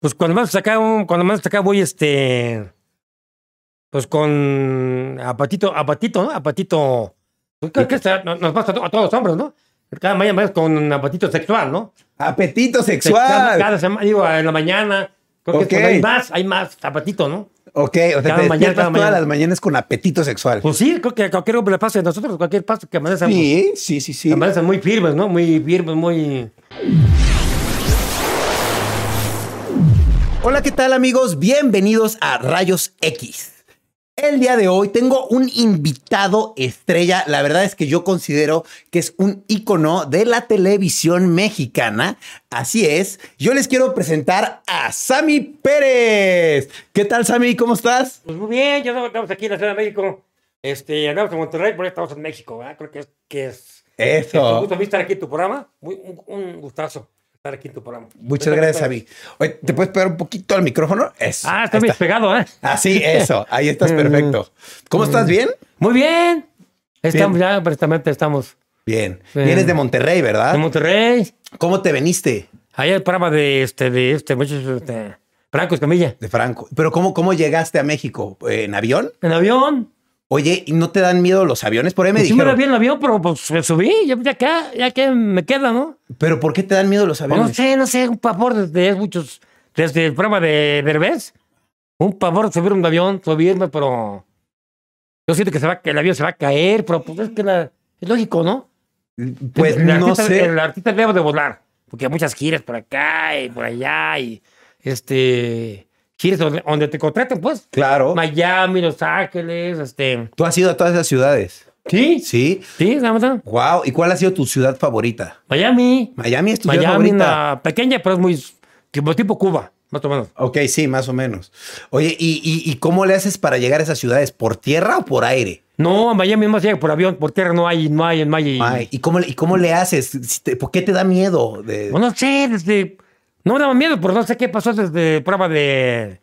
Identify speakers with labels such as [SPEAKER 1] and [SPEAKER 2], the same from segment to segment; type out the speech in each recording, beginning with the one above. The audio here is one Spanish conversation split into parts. [SPEAKER 1] Pues cuando más acá, un- cuando más acá voy, este. Pues con Apatito, Apatito, ¿no? pues, Apatito. ¿Qué, qué será? No- nos pasa a, to- a todos los hombres, ¿no? Cada mañana vas con apatito sexual, ¿no?
[SPEAKER 2] Apetito
[SPEAKER 1] Sexual,
[SPEAKER 2] sexual.
[SPEAKER 1] Cada semana, digo, en la mañana. Creo que
[SPEAKER 2] Ok.
[SPEAKER 1] cuando hay más, hay más apatito, ¿no?
[SPEAKER 2] Ok, o sea, te
[SPEAKER 1] Cada mañana, cada
[SPEAKER 2] despiertas todas
[SPEAKER 1] mañana.
[SPEAKER 2] las mañanas con apetito sexual.
[SPEAKER 1] Pues sí, creo que a cualquier hombre le pasa a nosotros, cualquier paso que amanezcan,
[SPEAKER 2] Sí, sí, sí, sí.
[SPEAKER 1] pues, amanecen muy firmes, ¿no? Muy firmes, muy.
[SPEAKER 2] Hola, ¿qué tal amigos? Bienvenidos a Rayos X. El día de hoy tengo un invitado estrella. La verdad es que yo considero que es un ícono de la televisión mexicana. Así es, yo les quiero presentar a Sammy Pérez. ¿Qué tal, Sammy? ¿Cómo estás?
[SPEAKER 1] Pues muy bien, ya estamos- estamos aquí en la Ciudad de México. Este, andamos en Monterrey, pero ya estamos en México, ¿verdad? Creo que es. Que es Un
[SPEAKER 2] Eso.
[SPEAKER 1] gusto a mí estar aquí en tu programa. Muy- un, un gustazo estar aquí en tu programa.
[SPEAKER 2] Muchas gracias, Sammy. Oye, ¿Te puedes pegar un poquito al micrófono? Eso.
[SPEAKER 1] Ah, está
[SPEAKER 2] ahí
[SPEAKER 1] bien pegado, ¿eh?
[SPEAKER 2] Así, eso. Ahí estás perfecto. ¿Cómo estás?
[SPEAKER 1] Mm.
[SPEAKER 2] ¿Bien?
[SPEAKER 1] Muy bien. Estamos ya, precisamente estamos
[SPEAKER 2] Bien.
[SPEAKER 1] Sí.
[SPEAKER 2] Vienes de Monterrey,
[SPEAKER 1] en
[SPEAKER 2] ¿verdad?
[SPEAKER 1] Monterrey.
[SPEAKER 2] ¿Cómo te veniste?
[SPEAKER 1] Allá el programa de este, de este, muchacho, este, Franco Escamilla.
[SPEAKER 2] De Franco. Pero ¿cómo, cómo llegaste a México? ¿En avión?
[SPEAKER 1] En avión.
[SPEAKER 2] Oye, ¿y no te dan miedo los aviones? Por ahí me
[SPEAKER 1] Pues sí me
[SPEAKER 2] dijeron.
[SPEAKER 1] lo vi en el avión, pero pues me subí, ya, ya acá, ya que me queda, ¿no?
[SPEAKER 2] ¿Pero por qué te dan miedo los
[SPEAKER 1] Pues,
[SPEAKER 2] aviones?
[SPEAKER 1] no sé, no sé, un pavor desde muchos, desde el programa de Derbez, un pavor subir un avión, subirme, pero yo siento que se va, que el avión se va a caer, pero pues es que la- es lógico, ¿no?
[SPEAKER 2] Pues
[SPEAKER 1] El- el
[SPEAKER 2] no
[SPEAKER 1] artista-
[SPEAKER 2] sé.
[SPEAKER 1] El artista debe de volar, porque hay muchas giras por acá y por allá y este giras donde, donde te contraten, pues.
[SPEAKER 2] Claro.
[SPEAKER 1] Miami, Los Ángeles, este.
[SPEAKER 2] Tú has ido a todas esas ciudades.
[SPEAKER 1] Sí, sí,
[SPEAKER 2] Sí.
[SPEAKER 1] nada más, ¿no?
[SPEAKER 2] Wow. ¿Y cuál ha sido tu ciudad favorita?
[SPEAKER 1] Miami.
[SPEAKER 2] Miami es tu ciudad
[SPEAKER 1] Miami,
[SPEAKER 2] favorita.
[SPEAKER 1] una pequeña, pero es muy tipo, tipo Cuba, más o menos.
[SPEAKER 2] Ok, sí, más o menos. Oye, ¿y, y, y cómo le haces para llegar a esas ciudades? ¿Por tierra o por aire?
[SPEAKER 1] No, a Miami más llega por avión, por tierra no hay, no hay, no hay.
[SPEAKER 2] Ay, ¿y, cómo, le- ¿Y cómo le haces? Si te- ¿Por qué te da miedo? De...
[SPEAKER 1] Pues no sé, desde. No me daba miedo, pero no sé qué pasó desde prueba de.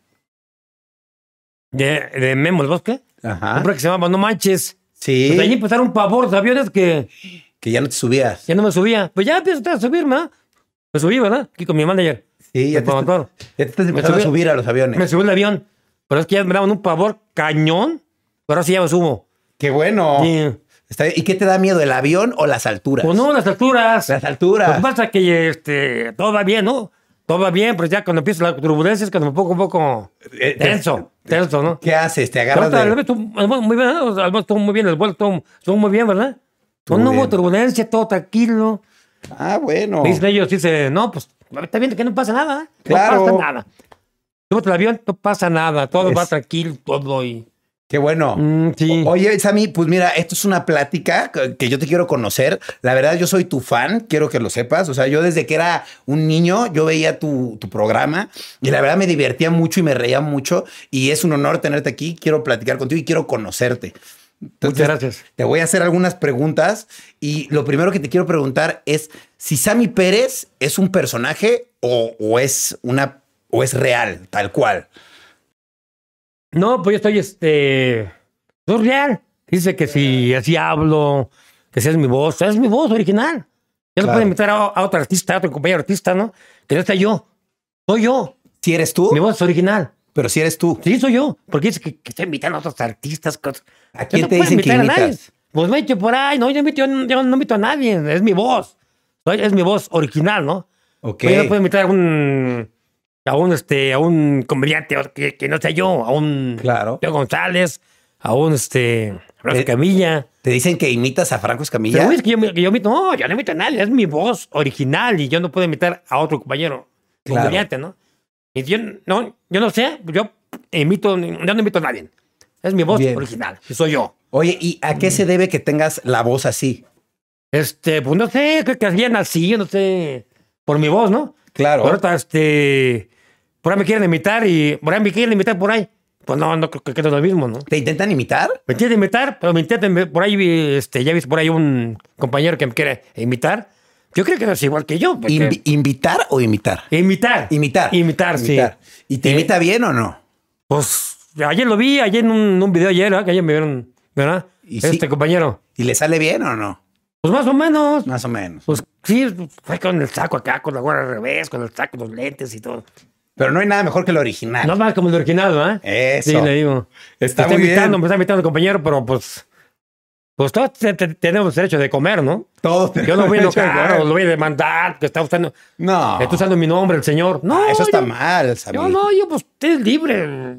[SPEAKER 1] De, de Memo el Bosque.
[SPEAKER 2] Ajá.
[SPEAKER 1] Un programa que se llamaba No Manches.
[SPEAKER 2] Ah. Sí.
[SPEAKER 1] Pues allí empezaron pavor de aviones que
[SPEAKER 2] Que ya no te subías.
[SPEAKER 1] ya no me subía. Pues ya empecé a subirme, ¿verdad? Me subí, ¿verdad? Aquí con mi manager.
[SPEAKER 2] Sí, ya
[SPEAKER 1] el
[SPEAKER 2] te, ya
[SPEAKER 1] promotor.
[SPEAKER 2] te estás empezando a
[SPEAKER 1] subí-
[SPEAKER 2] subir a los aviones.
[SPEAKER 1] Me subí el avión. Pero es que ya me daban un pavor cañón. Pero ahora sí ya me subo.
[SPEAKER 2] Qué bueno.
[SPEAKER 1] Y-
[SPEAKER 2] Está bien. ¿Y qué te da miedo, el avión o las alturas?
[SPEAKER 1] Pues no, Pues las alturas.
[SPEAKER 2] Las
[SPEAKER 1] Lo
[SPEAKER 2] alturas.
[SPEAKER 1] que pasa que este, todo va bien, ¿no? Todo va bien, pero ya cuando empieza la turbulencia es cuando me pongo un poco
[SPEAKER 2] Eh, eh,
[SPEAKER 1] tenso, tenso, ¿no?
[SPEAKER 2] ¿Qué haces? ¿Te
[SPEAKER 1] Pero
[SPEAKER 2] agarras
[SPEAKER 1] hasta
[SPEAKER 2] de...
[SPEAKER 1] el estuvo muy bien, ¿no? O sea, el vuelo estuvo muy bien, el vuelo estuvo, estuvo muy bien, ¿verdad? No,
[SPEAKER 2] Estuvo
[SPEAKER 1] no hubo
[SPEAKER 2] bien.
[SPEAKER 1] turbulencia, todo tranquilo.
[SPEAKER 2] Ah, bueno.
[SPEAKER 1] Me Dicen ellos, dice, no, pues está bien, que no pasa nada. ¿eh? No
[SPEAKER 2] Claro.
[SPEAKER 1] pasa nada. Súbete al avión, no pasa nada, todo
[SPEAKER 2] Es-
[SPEAKER 1] va tranquilo, todo y.
[SPEAKER 2] Qué bueno.
[SPEAKER 1] Mm, sí.
[SPEAKER 2] O- Oye, Sammy, pues mira, esto es una plática que que yo te quiero conocer. La verdad, yo soy tu fan, quiero que lo sepas. O sea, yo desde que era un niño, yo veía tu, tu programa y la verdad me divertía mucho y me reía mucho. Y es un honor tenerte aquí. Quiero platicar contigo y quiero conocerte. Entonces,
[SPEAKER 1] Muchas gracias.
[SPEAKER 2] Te voy a hacer algunas preguntas y lo primero que te quiero preguntar es si Sammy Pérez es un personaje o, o es una o es real, tal cual.
[SPEAKER 1] No, pues yo estoy, este. Soy real. Dice que si así hablo, que si es mi voz, es mi voz original. Ya
[SPEAKER 2] Claro.
[SPEAKER 1] no pueden meter a, a otro artista, a otro compañero artista, ¿no? Que no está yo. Soy yo.
[SPEAKER 2] Si eres tú,
[SPEAKER 1] Mi voz es original.
[SPEAKER 2] pero si eres tú.
[SPEAKER 1] Sí, soy yo. Porque dice que, que estoy invitando a otros artistas. cosas.
[SPEAKER 2] ¿A
[SPEAKER 1] Yo
[SPEAKER 2] quién
[SPEAKER 1] no
[SPEAKER 2] te
[SPEAKER 1] puedo
[SPEAKER 2] dicen que
[SPEAKER 1] invitar a
[SPEAKER 2] imitas?
[SPEAKER 1] nadie. Pues me he dicho por ahí, no, yo, invito- yo- yo no invito a nadie, es mi voz. Soy- Es mi voz original, ¿no?
[SPEAKER 2] Ok.
[SPEAKER 1] Oye, no puedo invitar a un, a un, este, a un comediante que, que no sea yo, a un
[SPEAKER 2] Claro.
[SPEAKER 1] Teo González, a un este, Franco
[SPEAKER 2] Eh,
[SPEAKER 1] Camilla.
[SPEAKER 2] Te dicen que imitas a Franco Escamilla.
[SPEAKER 1] Pero es que yo, que yo imito- no, yo no invito a nadie, es mi voz original y yo no puedo invitar a otro compañero
[SPEAKER 2] Claro.
[SPEAKER 1] comediante, ¿no? Y yo no, yo no sé, yo imito, yo no invito a nadie. Es mi voz
[SPEAKER 2] Bien.
[SPEAKER 1] original, y soy yo.
[SPEAKER 2] Oye, ¿y a
[SPEAKER 1] Mm.
[SPEAKER 2] qué se debe que tengas la voz así?
[SPEAKER 1] Este, pues no sé, creo que hacían así, yo no sé, por mi voz, ¿no?
[SPEAKER 2] Claro.
[SPEAKER 1] Ahorita, este, por ahí me quieren imitar y por ahí me quieren imitar por ahí. Pues no, no creo que quede lo mismo, ¿no?
[SPEAKER 2] ¿Te intentan imitar?
[SPEAKER 1] Me quieren imitar, pero me intentan, me- por ahí, vi, este, ya viste por ahí un compañero que me quiere imitar. Yo creo que es igual que yo. porque-
[SPEAKER 2] Invi- ¿Invitar o imitar?
[SPEAKER 1] imitar.
[SPEAKER 2] Imitar.
[SPEAKER 1] Imitar, sí.
[SPEAKER 2] Imitar. ¿Y te
[SPEAKER 1] Eh,
[SPEAKER 2] imita bien o no?
[SPEAKER 1] Pues ayer lo vi, ayer en un, un video ayer, ¿verdad? que ayer me vieron, ¿verdad?
[SPEAKER 2] Y
[SPEAKER 1] este
[SPEAKER 2] sí.
[SPEAKER 1] compañero.
[SPEAKER 2] ¿Y le sale bien o no?
[SPEAKER 1] Pues más o menos.
[SPEAKER 2] Más o menos.
[SPEAKER 1] Pues sí, fue con el saco acá, con la gorra al revés, con el saco, los lentes y todo.
[SPEAKER 2] Pero no hay nada mejor que el original.
[SPEAKER 1] No más como el original, ¿verdad?
[SPEAKER 2] Ah. Eso.
[SPEAKER 1] Sí, le digo.
[SPEAKER 2] Está,
[SPEAKER 1] me está
[SPEAKER 2] muy
[SPEAKER 1] invitando,
[SPEAKER 2] bien.
[SPEAKER 1] me está invitando, compañero, pero pues. Pues todos te- te- tenemos derecho de comer, ¿no?
[SPEAKER 2] Todos
[SPEAKER 1] Yo lo voy a
[SPEAKER 2] tenemos derecho de
[SPEAKER 1] enojar,
[SPEAKER 2] comer.
[SPEAKER 1] o lo voy a demandar, que está usando,
[SPEAKER 2] No.
[SPEAKER 1] está usando mi nombre, el señor. No,
[SPEAKER 2] Ah, eso está
[SPEAKER 1] yo-
[SPEAKER 2] mal,
[SPEAKER 1] Yo
[SPEAKER 2] Sammy.
[SPEAKER 1] no, yo pues usted es libre.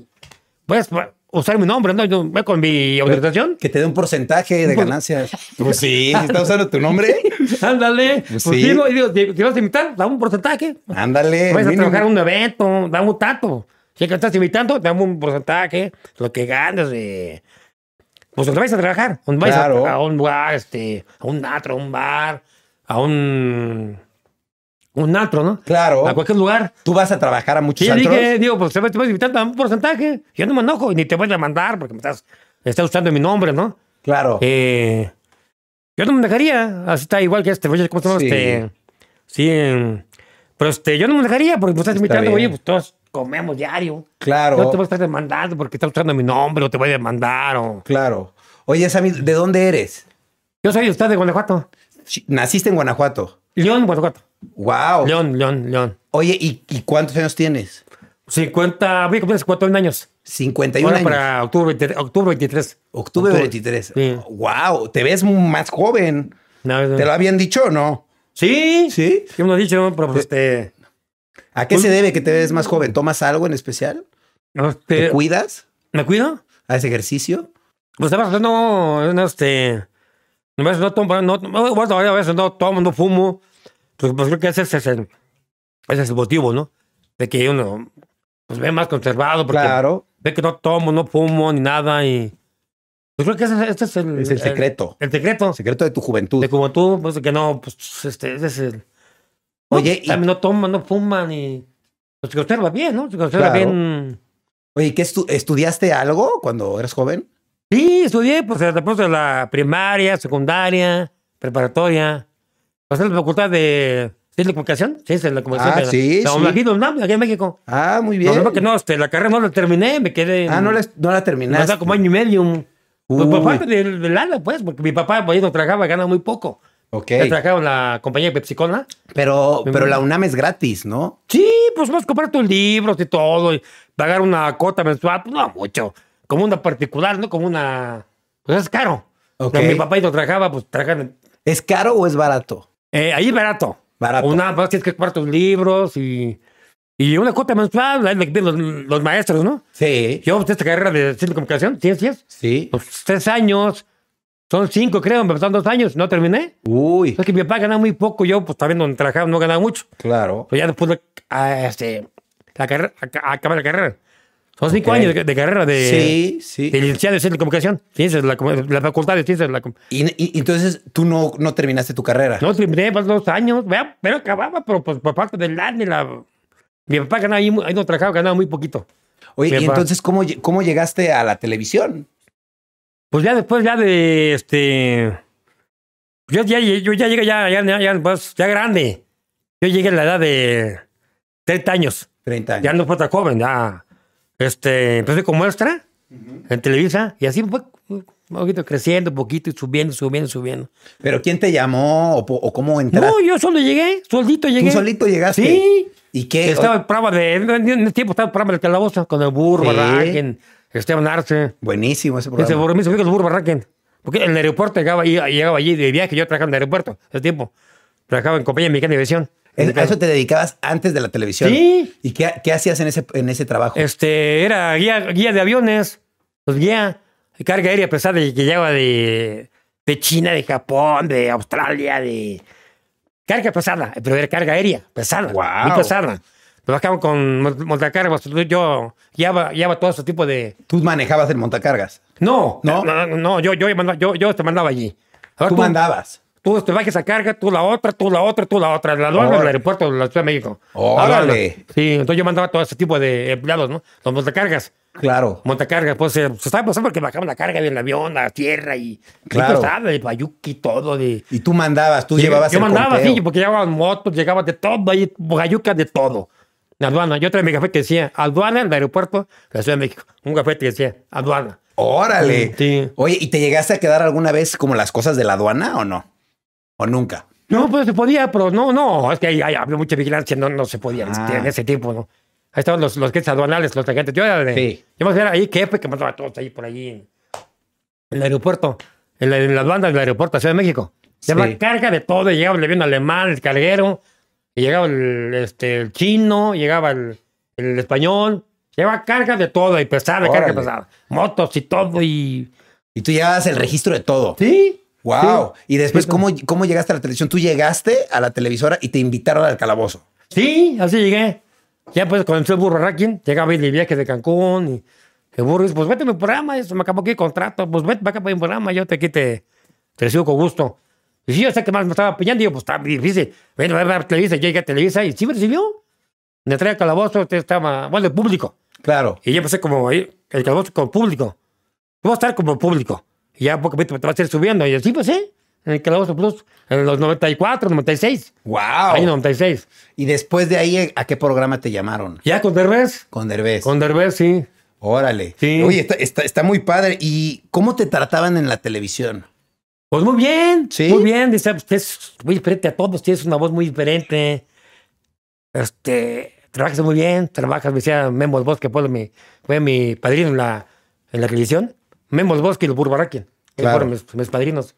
[SPEAKER 1] Puedes pa- usar mi nombre, ¿no? Yo- ve con mi autorización.
[SPEAKER 2] Que te dé un porcentaje de ganancias. Pues sí, si está usando tu nombre.
[SPEAKER 1] Ándale. Pues
[SPEAKER 2] sí.
[SPEAKER 1] digo, y digo, te te vas a invitar, da un porcentaje.
[SPEAKER 2] Ándale.
[SPEAKER 1] Vas a
[SPEAKER 2] mínimo.
[SPEAKER 1] trabajar a un evento, dame un tanto. Si que estás invitando, dame un porcentaje, lo que ganas de... Pues donde vais a trabajar, donde vais a-
[SPEAKER 2] Claro.
[SPEAKER 1] a, un lugar, este, a un atro, a un bar, a un... Un atro, ¿no?
[SPEAKER 2] Claro.
[SPEAKER 1] A cualquier lugar.
[SPEAKER 2] Tú vas a trabajar a muchos
[SPEAKER 1] Sí,
[SPEAKER 2] antros.
[SPEAKER 1] dije, digo, pues te vas te vas a invitar, dame un porcentaje. Yo no me enojo y ni te voy a mandar porque me estás, estás usando mi nombre, ¿no?
[SPEAKER 2] Claro.
[SPEAKER 1] Eh, yo no me dejaría. Así está igual que este. oye, ¿Cómo se llama
[SPEAKER 2] Sí.
[SPEAKER 1] este? Sí. em, Pero este, yo no me dejaría porque me estás
[SPEAKER 2] Está
[SPEAKER 1] invitando,
[SPEAKER 2] bien.
[SPEAKER 1] oye, pues todos comemos diario.
[SPEAKER 2] Claro.
[SPEAKER 1] No te vas a estar demandando porque estás usando mi nombre o te voy a demandar. O...
[SPEAKER 2] Claro. Oye, Sammy, ¿de dónde eres?
[SPEAKER 1] Yo soy usted de Guanajuato.
[SPEAKER 2] Chi- Naciste en Guanajuato.
[SPEAKER 1] León, Guanajuato.
[SPEAKER 2] Wow.
[SPEAKER 1] León, León, León.
[SPEAKER 2] Oye, ¿y, y cuántos años tienes?
[SPEAKER 1] 50, voy a cumplir 51 años.
[SPEAKER 2] 51
[SPEAKER 1] Ahora
[SPEAKER 2] años.
[SPEAKER 1] para octubre, 23 octubre 23. Octubre.
[SPEAKER 2] Octubre 23.
[SPEAKER 1] Sí.
[SPEAKER 2] Wow, te ves más joven.
[SPEAKER 1] No, no.
[SPEAKER 2] ¿Te lo habían dicho o no?
[SPEAKER 1] Sí,
[SPEAKER 2] Sí.
[SPEAKER 1] Yo me lo he dicho, pero pues, este, Pues
[SPEAKER 2] ¿A qué se debe que te ves más joven? ¿Tomas algo en especial? ¿Te
[SPEAKER 1] este,
[SPEAKER 2] cuidas?
[SPEAKER 1] ¿Me cuido?
[SPEAKER 2] ¿Haces ejercicio?
[SPEAKER 1] Pues a veces no, no, este, a veces no tomo, no, no, bueno, a veces no tomo, no fumo. Pues, pues creo que ese, es el, ese es el motivo, ¿no? De que uno pues, ve más conservado, porque
[SPEAKER 2] Claro.
[SPEAKER 1] ve que no tomo, no fumo, ni nada. Y pues creo que ese, este es el...
[SPEAKER 2] Es el secreto.
[SPEAKER 1] El, secreto.
[SPEAKER 2] El secreto de tu juventud.
[SPEAKER 1] De como tú, pues que no, pues este, ese es el... pues,
[SPEAKER 2] Oye, y-
[SPEAKER 1] también no toman, no fuman y... Pues se conserva bien, ¿no? Se conserva
[SPEAKER 2] Claro.
[SPEAKER 1] bien...
[SPEAKER 2] Oye, ¿qué estu- estudiaste algo cuando eras joven?
[SPEAKER 1] Sí, estudié, pues después de la primaria, secundaria, preparatoria. Pasé a la facultad de ciencia de comunicación. Ciencia de la comunicación.
[SPEAKER 2] Ah,
[SPEAKER 1] de la-
[SPEAKER 2] sí,
[SPEAKER 1] la
[SPEAKER 2] sí.
[SPEAKER 1] UNAM, aquí en la UNAM, aquí en México.
[SPEAKER 2] Ah, muy
[SPEAKER 1] Lo
[SPEAKER 2] bien.
[SPEAKER 1] que no, este, la carrera no la terminé, me quedé.
[SPEAKER 2] ah, no la, no la
[SPEAKER 1] me
[SPEAKER 2] terminaste.
[SPEAKER 1] faltaba como año y medio. Pues
[SPEAKER 2] Uy.
[SPEAKER 1] por parte del del lana, pues, porque mi papá, pues, no trabajaba, ganaba muy poco.
[SPEAKER 2] Ok.
[SPEAKER 1] Él trabajaba en la compañía Pepsicona.
[SPEAKER 2] Pero, pero la UNAM es gratis, ¿no?
[SPEAKER 1] Sí, pues vas a comprar tus libros y todo, y pagar una cuota mensual, pues no mucho. Como una particular, ¿no? Como una. Pues es caro.
[SPEAKER 2] Ok.
[SPEAKER 1] Pero Mi papá y no trabajaba, pues trabajan
[SPEAKER 2] ¿Es caro o es barato?
[SPEAKER 1] Eh, ahí es barato.
[SPEAKER 2] Barato.
[SPEAKER 1] Una, más tienes que comprar tus libros y, y una cuota mensual, ahí lo que piden los, los maestros, ¿no?
[SPEAKER 2] Sí.
[SPEAKER 1] Yo, pues, esta carrera de ciencia de comunicación, ciencias,
[SPEAKER 2] Sí.
[SPEAKER 1] pues tres años, son cinco creo, me pasaron dos años, no terminé.
[SPEAKER 2] Uy,
[SPEAKER 1] Es que mi papá ganaba muy poco, yo pues también donde trabajaba no ganaba mucho.
[SPEAKER 2] claro.
[SPEAKER 1] Pero Pues ya después de ah, este, la carrera, ac- acabé la carrera. Son cinco
[SPEAKER 2] Ok.
[SPEAKER 1] años de, de carrera de,
[SPEAKER 2] Sí, sí.
[SPEAKER 1] de licenciado en ciencia de comunicación, ciencias, la, comu- la facultad de ciencias. de La, com-
[SPEAKER 2] Y, y- entonces tú no, no terminaste tu carrera.
[SPEAKER 1] No, terminé más dos años, vea, pero acababa, pero pues por parte del LAN y la... Mi papá ganaba ahí, mu- ahí no trabajaba, ganaba muy poquito.
[SPEAKER 2] Oye,
[SPEAKER 1] mi
[SPEAKER 2] y
[SPEAKER 1] papá.
[SPEAKER 2] entonces, ¿cómo, lle- ¿cómo llegaste a la televisión?
[SPEAKER 1] Pues ya después ya de, este... Yo ya, yo ya llegué ya, ya, ya, ya, pues, ya grande. Yo llegué a la edad de 30 años.
[SPEAKER 2] 30 años.
[SPEAKER 1] Ya no fue tan joven, ya... Este, empecé como extra en Televisa y así fue un poquito creciendo, poquito y subiendo, subiendo, subiendo.
[SPEAKER 2] Pero ¿quién te llamó o, po- o cómo entraste?
[SPEAKER 1] No, yo solo llegué, solito llegué.
[SPEAKER 2] tú solito llegaste.
[SPEAKER 1] Sí.
[SPEAKER 2] ¿Y qué? Oh,
[SPEAKER 1] Estaba el programa de. En en ese tiempo estaba el programa del calabozo con el Burro
[SPEAKER 2] Sí.
[SPEAKER 1] Barraquen, Esteban Arce.
[SPEAKER 2] Buenísimo ese
[SPEAKER 1] Ese
[SPEAKER 2] programa.
[SPEAKER 1] burro, mis amigos, el Burro Barraquen. Porque en el aeropuerto llegaba, ahí- llegaba allí de viaje. Yo trabajaba en el aeropuerto ese tiempo. Trabajaba en compañía mexicana de visión.
[SPEAKER 2] Es- a eso te dedicabas antes de la televisión.
[SPEAKER 1] Sí.
[SPEAKER 2] ¿Y qué, qué hacías en ese, en ese trabajo?
[SPEAKER 1] Este, era guía, guía de aviones. Pues guía. de Carga aérea pesada y que llegaba de, de China, de Japón, de Australia, de. Carga pesada, pero era carga aérea, pesada.
[SPEAKER 2] Guau.
[SPEAKER 1] Muy pesada. Trabajaban con mont- montacargas. Yo guiaba, guiaba todo ese tipo de.
[SPEAKER 2] Tú manejabas el montacargas.
[SPEAKER 1] No,
[SPEAKER 2] ¿No?
[SPEAKER 1] no, no, no, yo, yo, manda- yo, yo te mandaba allí. Ahora
[SPEAKER 2] Tú mandabas.
[SPEAKER 1] Tú te bajes a carga, tú la otra, tú la otra, tú la otra. La aduana
[SPEAKER 2] Órale.
[SPEAKER 1] del aeropuerto de la Ciudad de México.
[SPEAKER 2] Órale.
[SPEAKER 1] Aduana. Sí, entonces yo mandaba todo ese tipo de empleados, ¿no? Los montacargas.
[SPEAKER 2] Claro.
[SPEAKER 1] Montacargas, pues eh, se estaba pasando porque bajaban la carga del avión, a la tierra y... y
[SPEAKER 2] Claro.
[SPEAKER 1] pesada, de payuqui, todo, de...
[SPEAKER 2] Y tú mandabas, tú
[SPEAKER 1] Sí,
[SPEAKER 2] llevabas
[SPEAKER 1] Yo
[SPEAKER 2] el
[SPEAKER 1] mandaba,
[SPEAKER 2] conteo.
[SPEAKER 1] sí, porque llevaban motos, llegaban de todo, ahí, gayucas de todo. La aduana. Yo traía mi café que decía aduana en el aeropuerto de la Ciudad de México. Un café que decía aduana.
[SPEAKER 2] Órale.
[SPEAKER 1] Sí.
[SPEAKER 2] Oye, ¿y te llegaste a quedar alguna vez como las cosas de la aduana o no? ¿O nunca?
[SPEAKER 1] No, pues se podía, pero no, no, es que ahí, ahí había mucha vigilancia, no, no se podía
[SPEAKER 2] Ah.
[SPEAKER 1] este, en ese tiempo, ¿no? Ahí estaban los, los que aduanales, los agentes. Yo era de.
[SPEAKER 2] Sí.
[SPEAKER 1] Yo más era ahí, jefe, que mataba a todos ahí por ahí en, en el aeropuerto. En la, en la banda del aeropuerto, Ciudad de México. Llevaba
[SPEAKER 2] Sí.
[SPEAKER 1] carga de todo. y Llegaba el avión alemán, el carguero. Y llegaba el, este, el chino, llegaba el, el español. Llevaba carga de todo y pesada, carga
[SPEAKER 2] Órale.
[SPEAKER 1] pesada. Motos y todo y.
[SPEAKER 2] Y tú llevabas el registro de todo.
[SPEAKER 1] Sí.
[SPEAKER 2] Wow. Y después,
[SPEAKER 1] Sí.
[SPEAKER 2] ¿cómo, ¿cómo llegaste a la televisión? Tú llegaste a la televisora y te invitaron al calabozo.
[SPEAKER 1] Sí, así llegué. Ya pues conocí el burro Racking, llegaba y de viaje de Cancún y el burro dice, pues vete a mi programa, eso me acabó aquí el contrato, pues vete para acá para mi programa, yo te quite, te recibo con gusto. Y sí, yo sé que más me estaba apoyando, digo, pues está difícil, ven, ven, ven a Televisa, yo llegué a Televisa y sí me recibió. Me traía calabozo, usted estaba, bueno, el público.
[SPEAKER 2] Claro.
[SPEAKER 1] Y ya empecé como ahí, el calabozo con público. Voy a estar como público. Y ya poco a poco te vas a ir subiendo. Y así pasé, en el calabozo plus, en los 94, 96,
[SPEAKER 2] Wow.
[SPEAKER 1] año 96.
[SPEAKER 2] Y después de ahí, ¿a qué programa te llamaron?
[SPEAKER 1] Ya con Derbez,
[SPEAKER 2] Con Derbez.
[SPEAKER 1] Con Derbez, sí.
[SPEAKER 2] Órale.
[SPEAKER 1] Sí.
[SPEAKER 2] Oye, está, está- está muy padre. ¿Y cómo te trataban en la televisión?
[SPEAKER 1] Pues muy bien,
[SPEAKER 2] Sí.
[SPEAKER 1] muy bien. Dice, usted es muy diferente a todos, tienes una voz muy diferente. Este, trabajas muy bien, trabajas, me decía Memo el Bosque, Pablo, mi, fue mi padrino en la, en la televisión. Memo el Bosque y el Burbaraquia, que
[SPEAKER 2] Claro.
[SPEAKER 1] fueron mis, mis padrinos.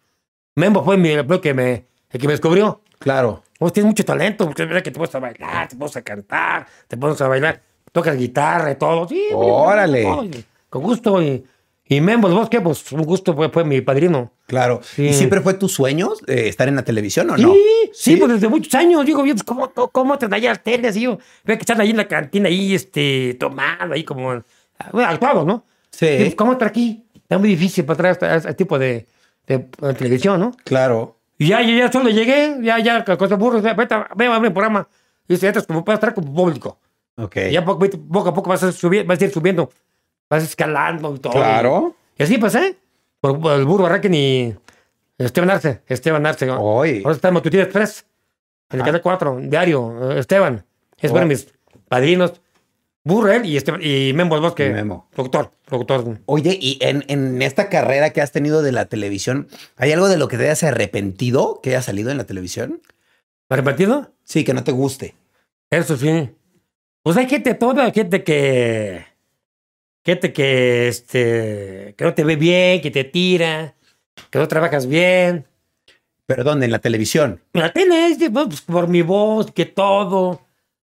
[SPEAKER 1] Memo fue mi, el que me, el que me descubrió.
[SPEAKER 2] Claro.
[SPEAKER 1] Vos tienes mucho talento, porque mira que te pones a bailar, te pones a cantar, te pones a bailar, tocas guitarra y todo. Sí, oye,
[SPEAKER 2] Órale.
[SPEAKER 1] todo, y Con gusto. Y, y Memo, el bosque, pues un gusto fue, fue mi padrino.
[SPEAKER 2] Claro.
[SPEAKER 1] Sí.
[SPEAKER 2] ¿Y siempre fue tu sueño eh, estar en la televisión o
[SPEAKER 1] Sí,
[SPEAKER 2] no?
[SPEAKER 1] sí, pues desde muchos años. Digo, bien, pues, ¿cómo, cómo- cómo te allá al tele? Así, yo, veo que están ahí en la cantina, ahí, este, tomado, ahí como, ah, bueno, actuado, ¿no? Y, pues,
[SPEAKER 2] Sí.
[SPEAKER 1] ¿Cómo entrar aquí? Está muy difícil para entrar a este- a este tipo de, de, eh, televisión, ¿no?
[SPEAKER 2] Claro.
[SPEAKER 1] Y ya, ya, ya solo llegué, ya, ya, con con los burros, ya, vete, a- ven a abrir el programa. Y dice, entras como para estar como público.
[SPEAKER 2] Ok.
[SPEAKER 1] Y ya poco, poco a poco vas a, subir, vas a ir subiendo, vas escalando y todo.
[SPEAKER 2] Claro.
[SPEAKER 1] Y así pasé. Por por el burro Arraquen y Esteban Arce. Esteban Arce.
[SPEAKER 2] Oye.
[SPEAKER 1] Ahora está en Matutina Express. En el
[SPEAKER 2] Ah.
[SPEAKER 1] canal 4, diario. eh, Esteban. Es
[SPEAKER 2] Oh.
[SPEAKER 1] bueno, mis padrinos. Burro él y, Esteban, y Memo el Bosque.
[SPEAKER 2] Y Memo.
[SPEAKER 1] Productor, productor.
[SPEAKER 2] Oye, y en, en esta carrera que has tenido de la televisión, ¿hay algo de lo que te hayas arrepentido que haya salido en la televisión?
[SPEAKER 1] ¿Me arrepentido?
[SPEAKER 2] Sí, que no te guste.
[SPEAKER 1] Eso sí. Pues hay gente toda, hay gente que. Gente que, este, que no te ve bien, que te tira, que no trabajas bien.
[SPEAKER 2] Perdón, en la televisión.
[SPEAKER 1] En La tele es de, pues, por mi voz, que todo.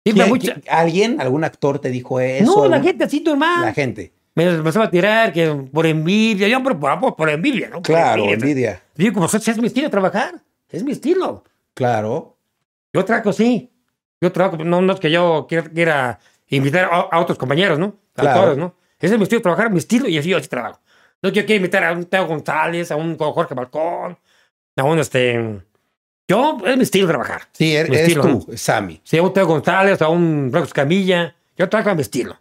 [SPEAKER 1] Dime
[SPEAKER 2] ¿Quién-
[SPEAKER 1] mucha-
[SPEAKER 2] quién- ¿Alguien, algún actor te dijo eso?
[SPEAKER 1] No, la
[SPEAKER 2] ¿Algún-
[SPEAKER 1] gente así normal.
[SPEAKER 2] La gente.
[SPEAKER 1] Me empezaba a tirar que por envidia. Yo, por, por, por envidia, ¿no? Por
[SPEAKER 2] Claro, envidia.
[SPEAKER 1] Digo, como "Ese es mi estilo de trabajar. Es mi estilo.
[SPEAKER 2] Claro.
[SPEAKER 1] Yo trabajo, sí. Yo trabajo, no, no es que yo quiera, quiera invitar a, a otros compañeros, ¿no? A
[SPEAKER 2] Claro.
[SPEAKER 1] todos, ¿no? Ese es mi estilo de trabajar, mi estilo, y así yo así trabajo. No es que yo quiera invitar a un Teo González, a un Jorge Balcón, a un este. Yo, es mi estilo de trabajar.
[SPEAKER 2] Sí, er-
[SPEAKER 1] Mi
[SPEAKER 2] eres
[SPEAKER 1] estilo,
[SPEAKER 2] tú, Sammy.
[SPEAKER 1] Si a un Teo González, a un Franco Camilla, yo trabajo a mi estilo.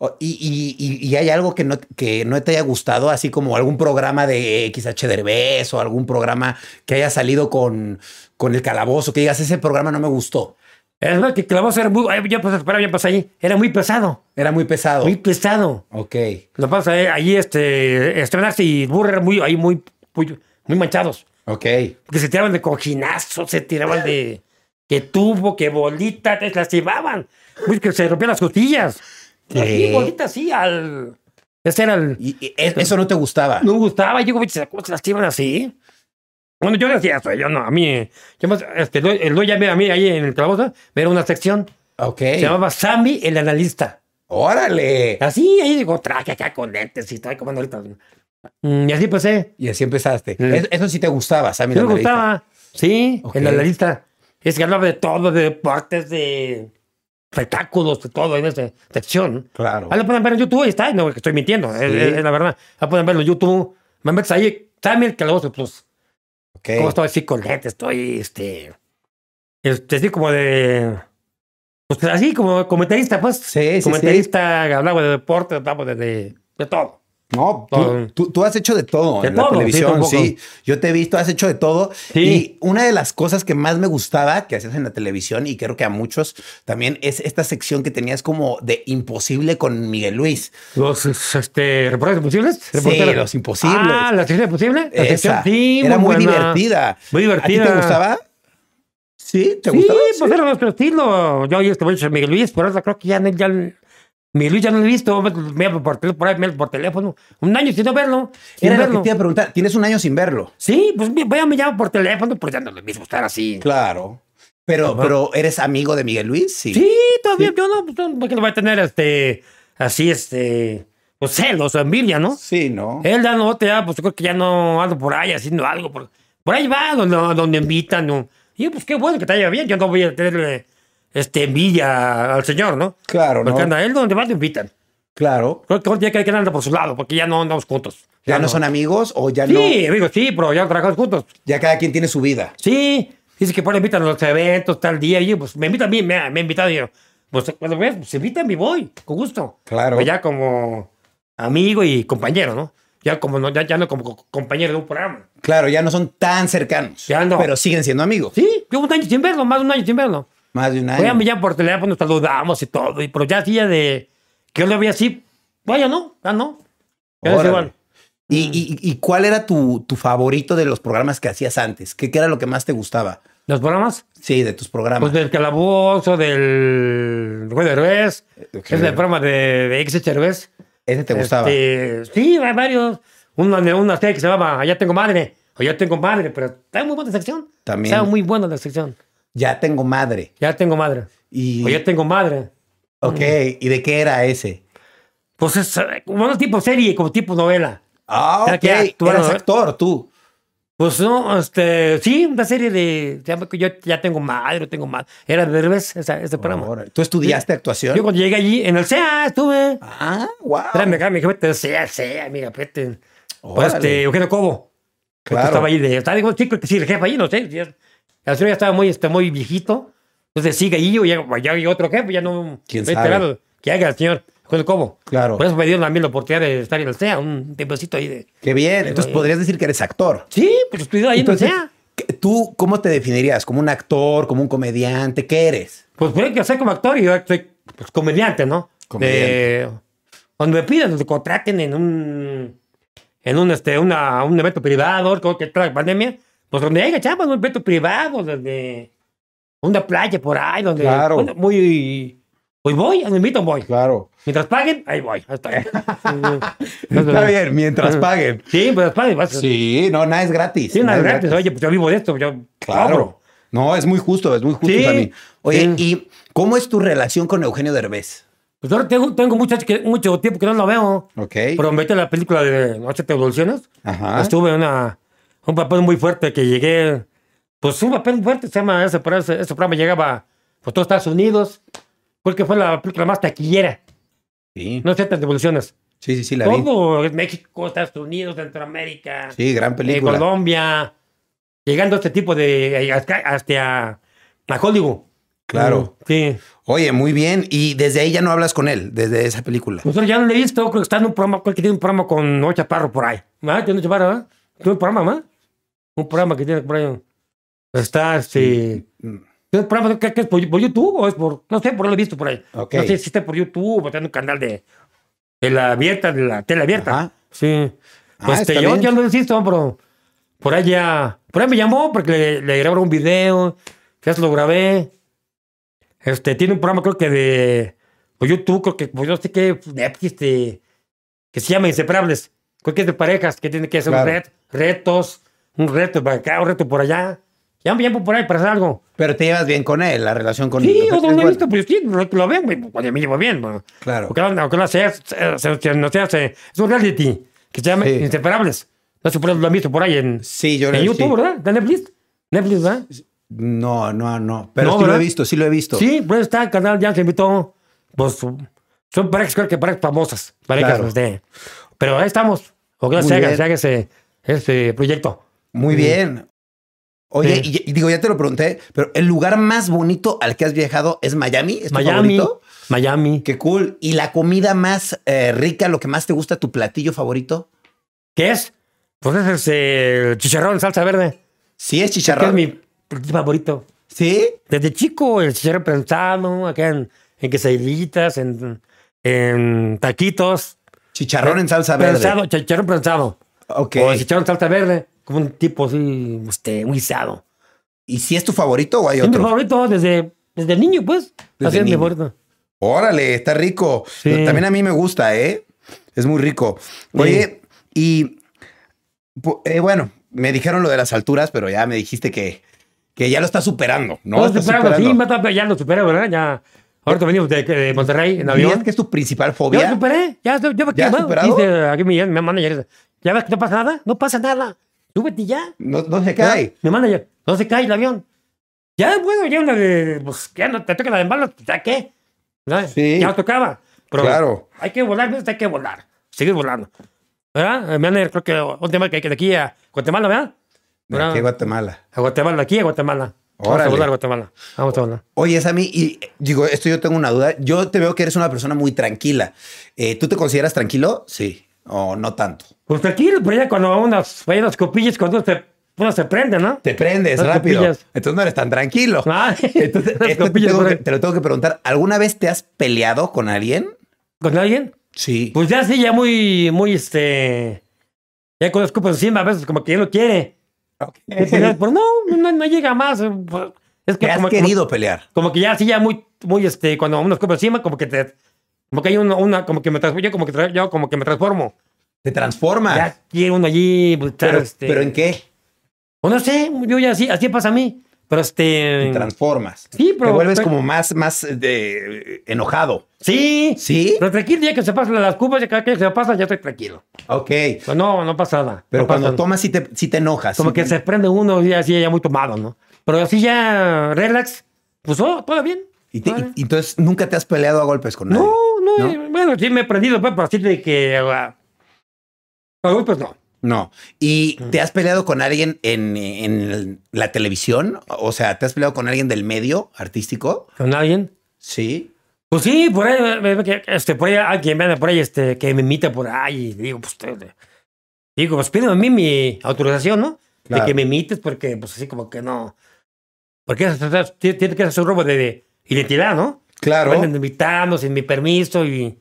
[SPEAKER 2] O- Oh, Y, y- y- y hay algo que no, que no te haya gustado, así como algún programa de XH Derbez o algún programa que haya salido con, con el calabozo, que digas, ese programa no me gustó,
[SPEAKER 1] Es verdad que Clavoso era muy. ay, Ya pasé, espera, ya pasé ahí. Era muy pesado.
[SPEAKER 2] era muy pesado.
[SPEAKER 1] Muy pesado.
[SPEAKER 2] Ok,
[SPEAKER 1] Lo pasa ahí, ahí este, estrenarse y Burr eran muy, ahí muy, muy, muy manchados.
[SPEAKER 2] ok.
[SPEAKER 1] Porque se tiraban de cojinazo, se tiraban de. que tubo, que bolita, te lastimaban. Uy, que se rompían las costillas.
[SPEAKER 2] ¿Qué?
[SPEAKER 1] Así, bolita, así, al. Ese era el.
[SPEAKER 2] Y, y es- eso no te gustaba.
[SPEAKER 1] No me gustaba, yo digo, "Oye, ¿cómo se lastiman así? Bueno, yo no hacía eso, yo no, a mí. eh, Yo más, este, lo, lo llamé a mí ahí en el calabozo, me era una sección.
[SPEAKER 2] Ok.
[SPEAKER 1] Se llamaba Sammy el analista.
[SPEAKER 2] Órale.
[SPEAKER 1] Así, ahí digo, traje acá con lentes y trae como ahorita. Mm, Y así pasé.
[SPEAKER 2] Y así empezaste.
[SPEAKER 1] Mm.
[SPEAKER 2] Es- eso sí te gustaba, Sammy.
[SPEAKER 1] Sí me
[SPEAKER 2] la analista.
[SPEAKER 1] gustaba. Sí,
[SPEAKER 2] Ok.
[SPEAKER 1] el analista. Es que hablaba de todo, de deportes, de espectáculos, de todo en esa sección.
[SPEAKER 2] Claro.
[SPEAKER 1] Ahí lo pueden ver en YouTube, ahí está, no, que estoy mintiendo, es, es- es la verdad. Ahí pueden verlo en YouTube. Me metes ahí, Sammy el Calabozo Plus.
[SPEAKER 2] Ok.
[SPEAKER 1] Como estoy así con lentes, estoy, este, este, así como de, pues así como comentarista, pues.
[SPEAKER 2] Sí, sí, sí.
[SPEAKER 1] comentarista, hablaba de deporte, hablaba de, de, de todo.
[SPEAKER 2] No, tú,
[SPEAKER 1] Todo.
[SPEAKER 2] tú- tú has hecho de todo
[SPEAKER 1] De
[SPEAKER 2] en la
[SPEAKER 1] todo, sí,
[SPEAKER 2] televisión,
[SPEAKER 1] tampoco.
[SPEAKER 2] sí. Yo te he visto, has hecho de todo.
[SPEAKER 1] Sí.
[SPEAKER 2] Y una de las cosas que más me gustaba que hacías en la televisión, y creo que a muchos también, es esta sección que tenías como de imposible con Miguel Luis.
[SPEAKER 1] Los es- este, reporteros imposibles.
[SPEAKER 2] Sí,
[SPEAKER 1] reporteros.
[SPEAKER 2] los imposibles.
[SPEAKER 1] Ah, la sección imposible. La sección
[SPEAKER 2] Esa.
[SPEAKER 1] sí,
[SPEAKER 2] Era muy
[SPEAKER 1] buena.
[SPEAKER 2] divertida.
[SPEAKER 1] Muy
[SPEAKER 2] ¿A ti
[SPEAKER 1] divertida.
[SPEAKER 2] te gustaba? ¿Sí? ¿Te
[SPEAKER 1] sí,
[SPEAKER 2] gustaba?
[SPEAKER 1] pues era nuestro estilo. Yo y este güey, Miguel Luis, por eso creo que ya, ya Miguel Luis ya no lo he visto. Me, me por, tel- por, ahí, me- por teléfono. Un año sin no verlo. sin
[SPEAKER 2] Era lo que
[SPEAKER 1] verlo.
[SPEAKER 2] te iba a preguntar. Tienes un año sin verlo.
[SPEAKER 1] Sí, pues mi- vaya, me llama por teléfono, pues ya no es lo mismo estar así.
[SPEAKER 2] Claro. Pero,
[SPEAKER 1] Ajá.
[SPEAKER 2] pero ¿eres amigo de Miguel Luis? Sí.
[SPEAKER 1] Sí, todavía yo no, pues, no, porque lo va a tener este, así, este, pues celos o envidia, ¿no?
[SPEAKER 2] Sí, ¿no?
[SPEAKER 1] Él ya no, te da, pues yo creo que ya no ando por ahí haciendo algo. Por, por ahí va, donde, donde invitan. ¿no? Y pues qué bueno que te haya bien, yo no voy a tenerle este, envidia al señor, ¿no?
[SPEAKER 2] Claro,
[SPEAKER 1] Porque
[SPEAKER 2] ¿no?
[SPEAKER 1] anda él donde va te invitan.
[SPEAKER 2] Claro.
[SPEAKER 1] Creo que tiene que que andar por su lado, porque ya no andamos juntos.
[SPEAKER 2] ¿Ya no son amigos o ya no?
[SPEAKER 1] Sí, digo, sí, pero ya trabajamos juntos.
[SPEAKER 2] Ya cada quien tiene su vida.
[SPEAKER 1] Sí, dice que por ahí invitan a los eventos, tal día, y yo, pues me invitan a mí, me, ha- me ha invitado y yo. Pues cuando ves, pues invitan y voy, con gusto.
[SPEAKER 2] Claro.
[SPEAKER 1] Pues ya como amigo y compañero, ¿no? Ya como no, ya, ya no como co- compañero de un programa.
[SPEAKER 2] Claro, ya no son tan cercanos.
[SPEAKER 1] Ya no.
[SPEAKER 2] Pero siguen siendo amigos.
[SPEAKER 1] Sí, yo un año sin verlo, más de un año sin verlo.
[SPEAKER 2] Más de un año.
[SPEAKER 1] Oigan, ya por teléfono saludamos y todo, y, pero ya hacía de que yo lo veía así, vaya, no, ya no. Ya es
[SPEAKER 2] Órale.
[SPEAKER 1] igual.
[SPEAKER 2] ¿Y, y, y cuál era tu, tu favorito de los programas que hacías antes? ¿Qué, qué era lo que más te gustaba?
[SPEAKER 1] Los programas,
[SPEAKER 2] Sí, de tus programas.
[SPEAKER 1] pues del calabozo, del juez de Herbés,
[SPEAKER 2] Ok.
[SPEAKER 1] es el programa de, de X Herbés.
[SPEAKER 2] Ese te gustaba.
[SPEAKER 1] Este, sí, hay varios. Una, una serie que se llamaba Allá tengo madre, o Yo tengo madre, pero está muy buena la sección.
[SPEAKER 2] También.
[SPEAKER 1] Está muy buena la sección.
[SPEAKER 2] Ya tengo madre.
[SPEAKER 1] Ya tengo madre,
[SPEAKER 2] Y,
[SPEAKER 1] o Ya tengo madre.
[SPEAKER 2] ok, ¿y de qué era ese?
[SPEAKER 1] Pues es eh, como tipo serie, como tipo novela.
[SPEAKER 2] Ah,
[SPEAKER 1] Ya
[SPEAKER 2] ok.
[SPEAKER 1] que actúa,
[SPEAKER 2] Eras
[SPEAKER 1] ¿no?
[SPEAKER 2] actor, tú.
[SPEAKER 1] Pues no, este, sí, una serie de, se llama que yo ya tengo madre, tengo madre. Era de revés esa, ese programa.
[SPEAKER 2] Ahora, ¿Tú estudiaste actuación?
[SPEAKER 1] Yo cuando llegué allí, en el CEA estuve.
[SPEAKER 2] ah, wow.
[SPEAKER 1] Tráeme acá, mi jefe, CEA, CEA, mi jefe. Pues
[SPEAKER 2] Órale.
[SPEAKER 1] este, Eugenio Cobo. que
[SPEAKER 2] Claro.
[SPEAKER 1] Estaba ahí de, estaba digo, sí, creo que sí, el jefe ahí, no sé. ya- el señor ya estaba muy, este, muy viejito. Entonces sigue allí, o ya, o pues, ya hay otro jefe, ya no.
[SPEAKER 2] ¿Quién
[SPEAKER 1] estoy
[SPEAKER 2] sabe?
[SPEAKER 1] enterado que haga el señor Eugenio Cobo.
[SPEAKER 2] Claro.
[SPEAKER 1] Por eso me dieron a mí la oportunidad de estar en el CEA, un tiempecito ahí de.
[SPEAKER 2] Qué bien. Entonces
[SPEAKER 1] eh,
[SPEAKER 2] podrías decir que eres actor.
[SPEAKER 1] Sí, pues estudió ahí
[SPEAKER 2] Entonces,
[SPEAKER 1] en el CEA.
[SPEAKER 2] ¿qué- ¿tú cómo te definirías? ¿Como un actor? ¿Como un comediante? ¿Qué eres?
[SPEAKER 1] Pues fue que soy como actor y yo soy pues, comediante, ¿no?
[SPEAKER 2] Comediante.
[SPEAKER 1] Eh, cuando me pidan, que contraten en un en un este una, un evento privado, ahora que está la pandemia, pues donde haya chamba, un evento privado, desde una playa por ahí, donde
[SPEAKER 2] Claro.
[SPEAKER 1] bueno, muy pues voy, me invito voy.
[SPEAKER 2] Claro.
[SPEAKER 1] Mientras paguen, ahí voy. ahí estoy.
[SPEAKER 2] Está bien, mientras paguen.
[SPEAKER 1] Sí, mientras paguen, vas. Sí,
[SPEAKER 2] Sí, no, nada es gratis.
[SPEAKER 1] una
[SPEAKER 2] nada es
[SPEAKER 1] gratis. Oye, pues yo vivo de esto, yo
[SPEAKER 2] Claro.
[SPEAKER 1] cobro.
[SPEAKER 2] No, es muy justo, es muy justo
[SPEAKER 1] Sí,
[SPEAKER 2] también. Oye,
[SPEAKER 1] sí.
[SPEAKER 2] ¿y cómo es tu relación con Eugenio Derbez?
[SPEAKER 1] Pues ahora tengo, tengo mucho, mucho tiempo que no lo veo.
[SPEAKER 2] Ok.
[SPEAKER 1] Pero vete a la película de Noche te evolucionas.
[SPEAKER 2] Ajá.
[SPEAKER 1] Estuve una, un papel muy fuerte que llegué. Pues un papel fuerte se llama ese, pro- ese, ese programa llegaba por todos Estados Unidos. Porque fue la película más taquillera.
[SPEAKER 2] Sí.
[SPEAKER 1] No sé te evoluciones.
[SPEAKER 2] sí, sí, sí, la vi.
[SPEAKER 1] Todo es México, Estados Unidos, Centroamérica,
[SPEAKER 2] Sí, gran
[SPEAKER 1] eh,
[SPEAKER 2] película.
[SPEAKER 1] Colombia. Llegando a este tipo de. hasta, hasta a Hollywood.
[SPEAKER 2] Claro.
[SPEAKER 1] Sí.
[SPEAKER 2] Oye, muy bien. Y desde ahí ya no hablas con él, desde esa película.
[SPEAKER 1] Nosotros ya no le he visto, creo que está en un programa, creo que tiene un programa con Noel Chaparro por ahí. ¿Ah? ¿Tiene un Chaparro, ah? ¿Tiene un programa, más? Un programa que tiene por ahí. Está, este...
[SPEAKER 2] Mm.
[SPEAKER 1] ¿Tiene un programa que, que es por, por YouTube o es por...? No sé, por lo he visto por ahí.
[SPEAKER 2] Ok.
[SPEAKER 1] No sé si está por YouTube o tiene un canal de... De la abierta, de la tele abierta.
[SPEAKER 2] Ajá.
[SPEAKER 1] Sí.
[SPEAKER 2] Ah,
[SPEAKER 1] Pues este,
[SPEAKER 2] está
[SPEAKER 1] yo,
[SPEAKER 2] bien.
[SPEAKER 1] yo lo insisto, pero... Por ahí ya... Por ahí me llamó porque le, le grabaron un video. Ya se lo grabé. Este, tiene un programa creo que de... O YouTube, creo que... Pues yo sé que... Netflix, este, que se llama Inseparables. Creo que es de parejas que tiene que hacer un
[SPEAKER 2] Claro.
[SPEAKER 1] ret- retos. Un reto para acá, un reto por allá. Ya me llamo por ahí para hacer algo.
[SPEAKER 2] Pero te llevas bien con él, la relación con
[SPEAKER 1] Sí,
[SPEAKER 2] él.
[SPEAKER 1] yo
[SPEAKER 2] Es
[SPEAKER 1] no lo he
[SPEAKER 2] buena.
[SPEAKER 1] visto, pues sí, lo, lo veo, güey, cuando me llevo bien, ¿no?
[SPEAKER 2] Claro.
[SPEAKER 1] Aunque, no- aunque no sea, se- se- se- no sea, se- es un reality que se llama
[SPEAKER 2] Sí.
[SPEAKER 1] Inseparables. No sé por lo han visto por ahí en,
[SPEAKER 2] Sí, yo
[SPEAKER 1] en
[SPEAKER 2] le-
[SPEAKER 1] YouTube,
[SPEAKER 2] sí.
[SPEAKER 1] ¿verdad? ¿De Netflix? Netflix, ¿verdad?
[SPEAKER 2] No, no, no. Pero
[SPEAKER 1] No,
[SPEAKER 2] sí lo
[SPEAKER 1] ¿verdad?
[SPEAKER 2] he visto, sí lo he visto.
[SPEAKER 1] Sí, pues está el canal, ya se invitó. Pues son parejas, creo que parejas famosas. Parejas,
[SPEAKER 2] Claro.
[SPEAKER 1] pues, de- pero ahí estamos. Ojalá
[SPEAKER 2] Muy
[SPEAKER 1] se haga,
[SPEAKER 2] bien.
[SPEAKER 1] se haga ese, ese proyecto.
[SPEAKER 2] Muy
[SPEAKER 1] Sí.
[SPEAKER 2] bien. Oye,
[SPEAKER 1] Sí.
[SPEAKER 2] y, y digo, ya te lo pregunté, pero el lugar más bonito al que has viajado es Miami. ¿Es tu
[SPEAKER 1] Miami,
[SPEAKER 2] favorito?
[SPEAKER 1] Miami.
[SPEAKER 2] Qué cool. ¿Y la comida más eh, rica, lo que más te gusta, tu platillo favorito?
[SPEAKER 1] ¿Qué es? Pues es ese chicharrón en salsa verde.
[SPEAKER 2] Sí, es
[SPEAKER 1] Que es
[SPEAKER 2] chicharrón.
[SPEAKER 1] mi favorito.
[SPEAKER 2] Sí.
[SPEAKER 1] Desde chico, el chicharrón prensado, acá en, en quesadillitas, en, en taquitos.
[SPEAKER 2] Chicharrón en salsa verde.
[SPEAKER 1] prensado, chicharrón prensado.
[SPEAKER 2] Ok.
[SPEAKER 1] O chicharrón en salsa verde, como un tipo así, este, un guisado.
[SPEAKER 2] ¿Y si es tu favorito o hay
[SPEAKER 1] Es mi
[SPEAKER 2] otro?
[SPEAKER 1] favorito desde, desde niño, pues.
[SPEAKER 2] Desde
[SPEAKER 1] Así es mi
[SPEAKER 2] niño.
[SPEAKER 1] favorito.
[SPEAKER 2] Órale, está rico.
[SPEAKER 1] Sí.
[SPEAKER 2] También a mí me gusta, ¿eh? Es muy rico. Oye, y pu- eh, bueno, me dijeron lo de las alturas, pero ya me dijiste que, que ya lo está superando, ¿no?
[SPEAKER 1] No,
[SPEAKER 2] Está
[SPEAKER 1] superamos, sí,
[SPEAKER 2] superando.
[SPEAKER 1] mata- ya lo superé, ¿verdad? Ya. Ahorita venimos de, de Monterrey en
[SPEAKER 2] ¿Dirías
[SPEAKER 1] avión.
[SPEAKER 2] que es tu principal
[SPEAKER 1] Ya lo
[SPEAKER 2] fobia?
[SPEAKER 1] superé, ya, ya,
[SPEAKER 2] ¿Ya has superado?
[SPEAKER 1] Dice aquí mi, mi manager, ¿ya ves que no pasa nada? No pasa nada. Súbete ya.
[SPEAKER 2] No, no se cae.
[SPEAKER 1] Mi manager, no se cae el avión. Ya, bueno, ya una de, pues, ya no te toca la de malas, pues, ¿ya qué? ¿Verdad?
[SPEAKER 2] Sí.
[SPEAKER 1] Ya tocaba. Pero
[SPEAKER 2] Claro.
[SPEAKER 1] Hay que volar, ¿ves? hay que volar. Seguir volando. ¿Verdad? Eh, manager, creo que un tema que hay que de aquí a Guatemala, ¿verdad?
[SPEAKER 2] De aquí a
[SPEAKER 1] ¿Verdad?
[SPEAKER 2] Guatemala.
[SPEAKER 1] A Guatemala, aquí a Guatemala. Vamos
[SPEAKER 2] Órale.
[SPEAKER 1] a volar a Guatemala. Vamos a volar.
[SPEAKER 2] Oye, Sammy, y eh, digo, esto yo tengo una duda. Yo te veo que eres una persona muy tranquila. Eh, ¿Tú te consideras tranquilo? Sí. O no tanto.
[SPEAKER 1] Pues tranquilo, pero ya cuando unas, hay unas copillas, cuando se, uno se prende, ¿no?
[SPEAKER 2] Te prendes
[SPEAKER 1] Las
[SPEAKER 2] rápido.
[SPEAKER 1] copillas.
[SPEAKER 2] Entonces no eres tan tranquilo.
[SPEAKER 1] Ah,
[SPEAKER 2] Entonces,
[SPEAKER 1] unas
[SPEAKER 2] esto te
[SPEAKER 1] copillas,
[SPEAKER 2] tengo que-
[SPEAKER 1] ¿no?
[SPEAKER 2] te lo tengo que preguntar. ¿Alguna vez te has peleado con alguien?
[SPEAKER 1] ¿Con alguien?
[SPEAKER 2] Sí.
[SPEAKER 1] Pues ya sí, ya muy, muy, este... Ya con los copos encima, a veces como que ya no quiere.
[SPEAKER 2] ¿Te
[SPEAKER 1] Pero no, no, no llega más. eh, pues, Es que
[SPEAKER 2] has
[SPEAKER 1] como,
[SPEAKER 2] querido pelear?
[SPEAKER 1] como- como que ya sí, ya muy, muy, este, cuando unos copos encima, como que te... Como que hay una, una como que me transformo, yo como que, tra- yo como que me transformo.
[SPEAKER 2] ¿Te transformas?
[SPEAKER 1] Ya quiere uno allí, pues,
[SPEAKER 2] Ah. pero,
[SPEAKER 1] este,
[SPEAKER 2] ¿pero en qué?
[SPEAKER 1] o no sé, yo ya así, así pasa a mí. Pero este...
[SPEAKER 2] Te transformas.
[SPEAKER 1] Sí, pero...
[SPEAKER 2] Te vuelves
[SPEAKER 1] pero-
[SPEAKER 2] como más, más eh, de- enojado.
[SPEAKER 1] Sí,
[SPEAKER 2] ¿Sí?
[SPEAKER 1] Pero tranquilo, ya que se pasan las cubas, ya que se pasan, ya estoy tranquilo.
[SPEAKER 2] Ok.
[SPEAKER 1] Pues no, no pasa nada.
[SPEAKER 2] Pero
[SPEAKER 1] no pasa
[SPEAKER 2] cuando
[SPEAKER 1] nada.
[SPEAKER 2] tomas sí te, sí te enojas.
[SPEAKER 1] Como
[SPEAKER 2] Sí
[SPEAKER 1] que
[SPEAKER 2] te-
[SPEAKER 1] se prende uno y así ya muy tomado, ¿no? Pero así ya relax, pues oh, todo bien.
[SPEAKER 2] Y te- y-
[SPEAKER 1] Vale.
[SPEAKER 2] y entonces nunca te has peleado a golpes con nadie.
[SPEAKER 1] no, no,
[SPEAKER 2] ¿No?
[SPEAKER 1] eh, bueno, sí me he prendido, pues, pero así de que... ah, ah, pues no.
[SPEAKER 2] No. ¿Y
[SPEAKER 1] Mm.
[SPEAKER 2] te has peleado con alguien en, en la televisión? O sea, ¿te has peleado con alguien del medio artístico?
[SPEAKER 1] ¿Con alguien?
[SPEAKER 2] Sí.
[SPEAKER 1] Pues sí, por ahí, eh, eh, que, este, por ahí alguien me anda por ahí, este, que me imita por ahí, y digo, pues, te- te- digo, pues pídeme a mí mi autorización, ¿no?
[SPEAKER 2] Claro.
[SPEAKER 1] De que me imites, porque, pues así como que no. Porque es- es- tiene tiene que ser un robo de, de identidad, ¿no?
[SPEAKER 2] Claro.
[SPEAKER 1] Van invitando sin mi permiso y.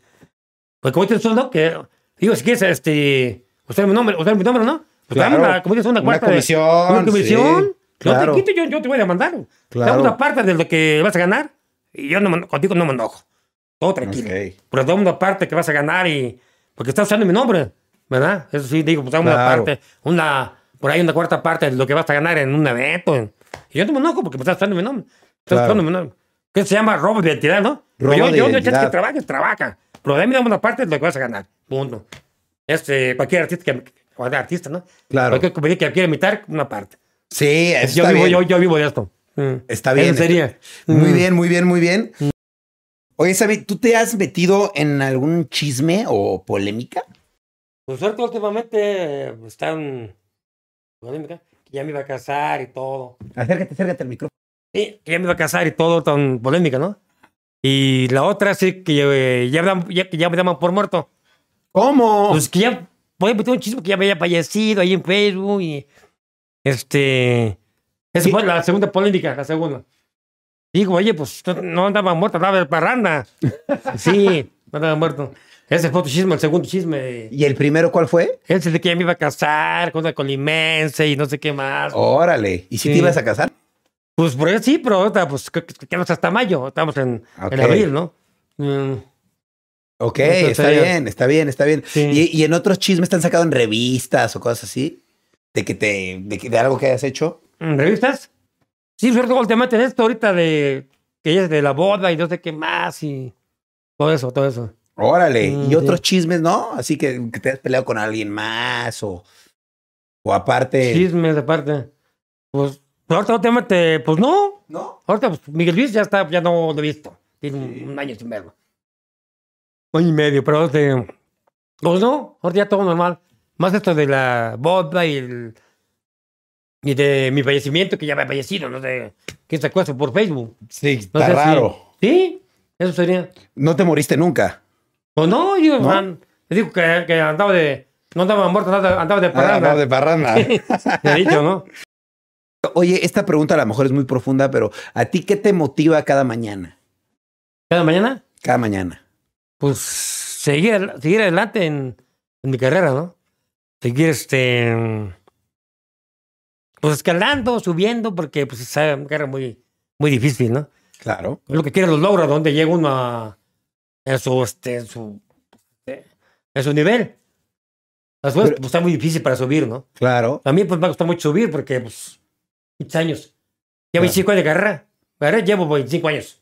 [SPEAKER 1] Pues como dices tú, ¿no? Que, digo, si quieres, este. Usar mi nombre, usar mi nombre, ¿no? Pues
[SPEAKER 2] Claro.
[SPEAKER 1] dame una, como dices, una
[SPEAKER 2] Una
[SPEAKER 1] cuarta. de-
[SPEAKER 2] comisión,
[SPEAKER 1] Una comisión.
[SPEAKER 2] sí,
[SPEAKER 1] Yo
[SPEAKER 2] claro.
[SPEAKER 1] te quito, yo, yo te voy a demandar.
[SPEAKER 2] Claro.
[SPEAKER 1] Dame una parte de lo que vas a ganar y yo no me- contigo no me enojo. Todo tranquilo.
[SPEAKER 2] Ok.
[SPEAKER 1] Pero dame una parte que vas a ganar y. Porque estás usando mi nombre, ¿verdad? Eso sí, digo, pues dame
[SPEAKER 2] Claro.
[SPEAKER 1] una parte, una. Por ahí una cuarta parte de lo que vas a ganar en un evento. Y yo no me enojo porque me estás usando mi nombre. Estás
[SPEAKER 2] Claro.
[SPEAKER 1] usando mi nombre. ¿Qué se llama robo de identidad, no?
[SPEAKER 2] Robo
[SPEAKER 1] yo,
[SPEAKER 2] de
[SPEAKER 1] yo, yo,
[SPEAKER 2] identidad.
[SPEAKER 1] que trabajes, trabaja. Pero dame dame una parte de lo que vas a ganar. Punto. Este, cualquier artista que cualquier artista, ¿no?
[SPEAKER 2] Claro.
[SPEAKER 1] Cualquier comediante que quiera imitar, una parte.
[SPEAKER 2] Sí, eso
[SPEAKER 1] Yo
[SPEAKER 2] está
[SPEAKER 1] vivo,
[SPEAKER 2] bien.
[SPEAKER 1] yo, yo vivo de esto. Mm.
[SPEAKER 2] Está
[SPEAKER 1] Eso
[SPEAKER 2] bien.
[SPEAKER 1] sería.
[SPEAKER 2] Muy
[SPEAKER 1] Mm.
[SPEAKER 2] bien, muy bien, muy bien. Oye, Sabi, ¿tú te has metido en algún chisme o polémica?
[SPEAKER 1] Por Pues, suerte, últimamente eh, están. polémica, que Ya me iba a casar y todo.
[SPEAKER 2] Acércate, acércate al micrófono.
[SPEAKER 1] Sí, que ya me iba a casar y todo, tan polémica, ¿no? Y la otra, sí, que eh, ya, me dan- ya, que ya me daban por muerto.
[SPEAKER 2] ¿Cómo?
[SPEAKER 1] Pues que ya. Voy a meter un chisme que ya me había fallecido ahí en Facebook y. Este. Esa
[SPEAKER 2] Sí.
[SPEAKER 1] fue la segunda polémica, la segunda. Digo, oye, pues no, no andaba muerto, andaba de parranda. Sí, no andaba muerto. Ese fue tu chisme, el segundo chisme.
[SPEAKER 2] ¿Y el primero cuál fue?
[SPEAKER 1] Él se de que ya me iba a casar con una colimense y no sé qué más.
[SPEAKER 2] Oh. Órale. ¿Y si te
[SPEAKER 1] Sí.
[SPEAKER 2] ibas a casar?
[SPEAKER 1] Pues por eso sí, pero ahorita, pues creo que que quedamos hasta mayo. Estamos en,
[SPEAKER 2] Ok.
[SPEAKER 1] en abril, ¿no? Mm,
[SPEAKER 2] Ok,
[SPEAKER 1] Eso
[SPEAKER 2] está
[SPEAKER 1] sería.
[SPEAKER 2] bien, está bien, está bien.
[SPEAKER 1] Sí.
[SPEAKER 2] ¿Y, y en otros chismes te han sacado en revistas o cosas así? ¿De que te, de, que- de algo que hayas hecho?
[SPEAKER 1] mm, ¿Revistas? Sí, sobre todo el tema de esto ahorita de que ella es de la boda y no sé qué más y todo eso, todo eso.
[SPEAKER 2] Órale.
[SPEAKER 1] Mm,
[SPEAKER 2] ¿Y
[SPEAKER 1] sí.
[SPEAKER 2] otros chismes, no? Así que, que te has peleado con alguien más o, o aparte.
[SPEAKER 1] Chismes aparte. Pues ahorita el tema te, pues no.
[SPEAKER 2] ¿No?
[SPEAKER 1] Ahorita pues, Miguel Luis ya está, ya no lo he visto. Tiene un-
[SPEAKER 2] Sí.
[SPEAKER 1] un, año sin verlo. Un año y medio, pero este, pues no, ahorita ya todo normal. Más esto de la boda y el y de mi fallecimiento, que ya me ha fallecido, no sé, quién sacó eso por Facebook.
[SPEAKER 2] Sí,
[SPEAKER 1] No
[SPEAKER 2] está
[SPEAKER 1] sé si-
[SPEAKER 2] raro.
[SPEAKER 1] Sí, eso sería.
[SPEAKER 2] No te moriste nunca.
[SPEAKER 1] O no, digo,
[SPEAKER 2] ¿No?
[SPEAKER 1] man, le digo que, que andaba de, no andaba muerto, andaba, andaba de
[SPEAKER 2] Ah,
[SPEAKER 1] parada.
[SPEAKER 2] no, de parranda.
[SPEAKER 1] Me ha dicho, ¿no?
[SPEAKER 2] Oye, esta pregunta a lo mejor es muy profunda, pero ¿a ti qué te motiva cada mañana?
[SPEAKER 1] Cada mañana,
[SPEAKER 2] Cada mañana.
[SPEAKER 1] pues seguir, adel- seguir adelante en, en mi carrera, ¿no? Seguir este. pues escalando, subiendo, porque pues es una carrera muy, muy difícil, ¿no?
[SPEAKER 2] Claro.
[SPEAKER 1] Es lo que quiere los logros, donde llega uno a, en su, este, en su, en su nivel. A su vez,
[SPEAKER 2] Pero-
[SPEAKER 1] pues está muy difícil para subir, ¿no?
[SPEAKER 2] Claro.
[SPEAKER 1] A mí pues me ha costado mucho subir porque, pues, muchos años.
[SPEAKER 2] Claro.
[SPEAKER 1] Llevo 25 años de carrera. Carrera llevo 25 años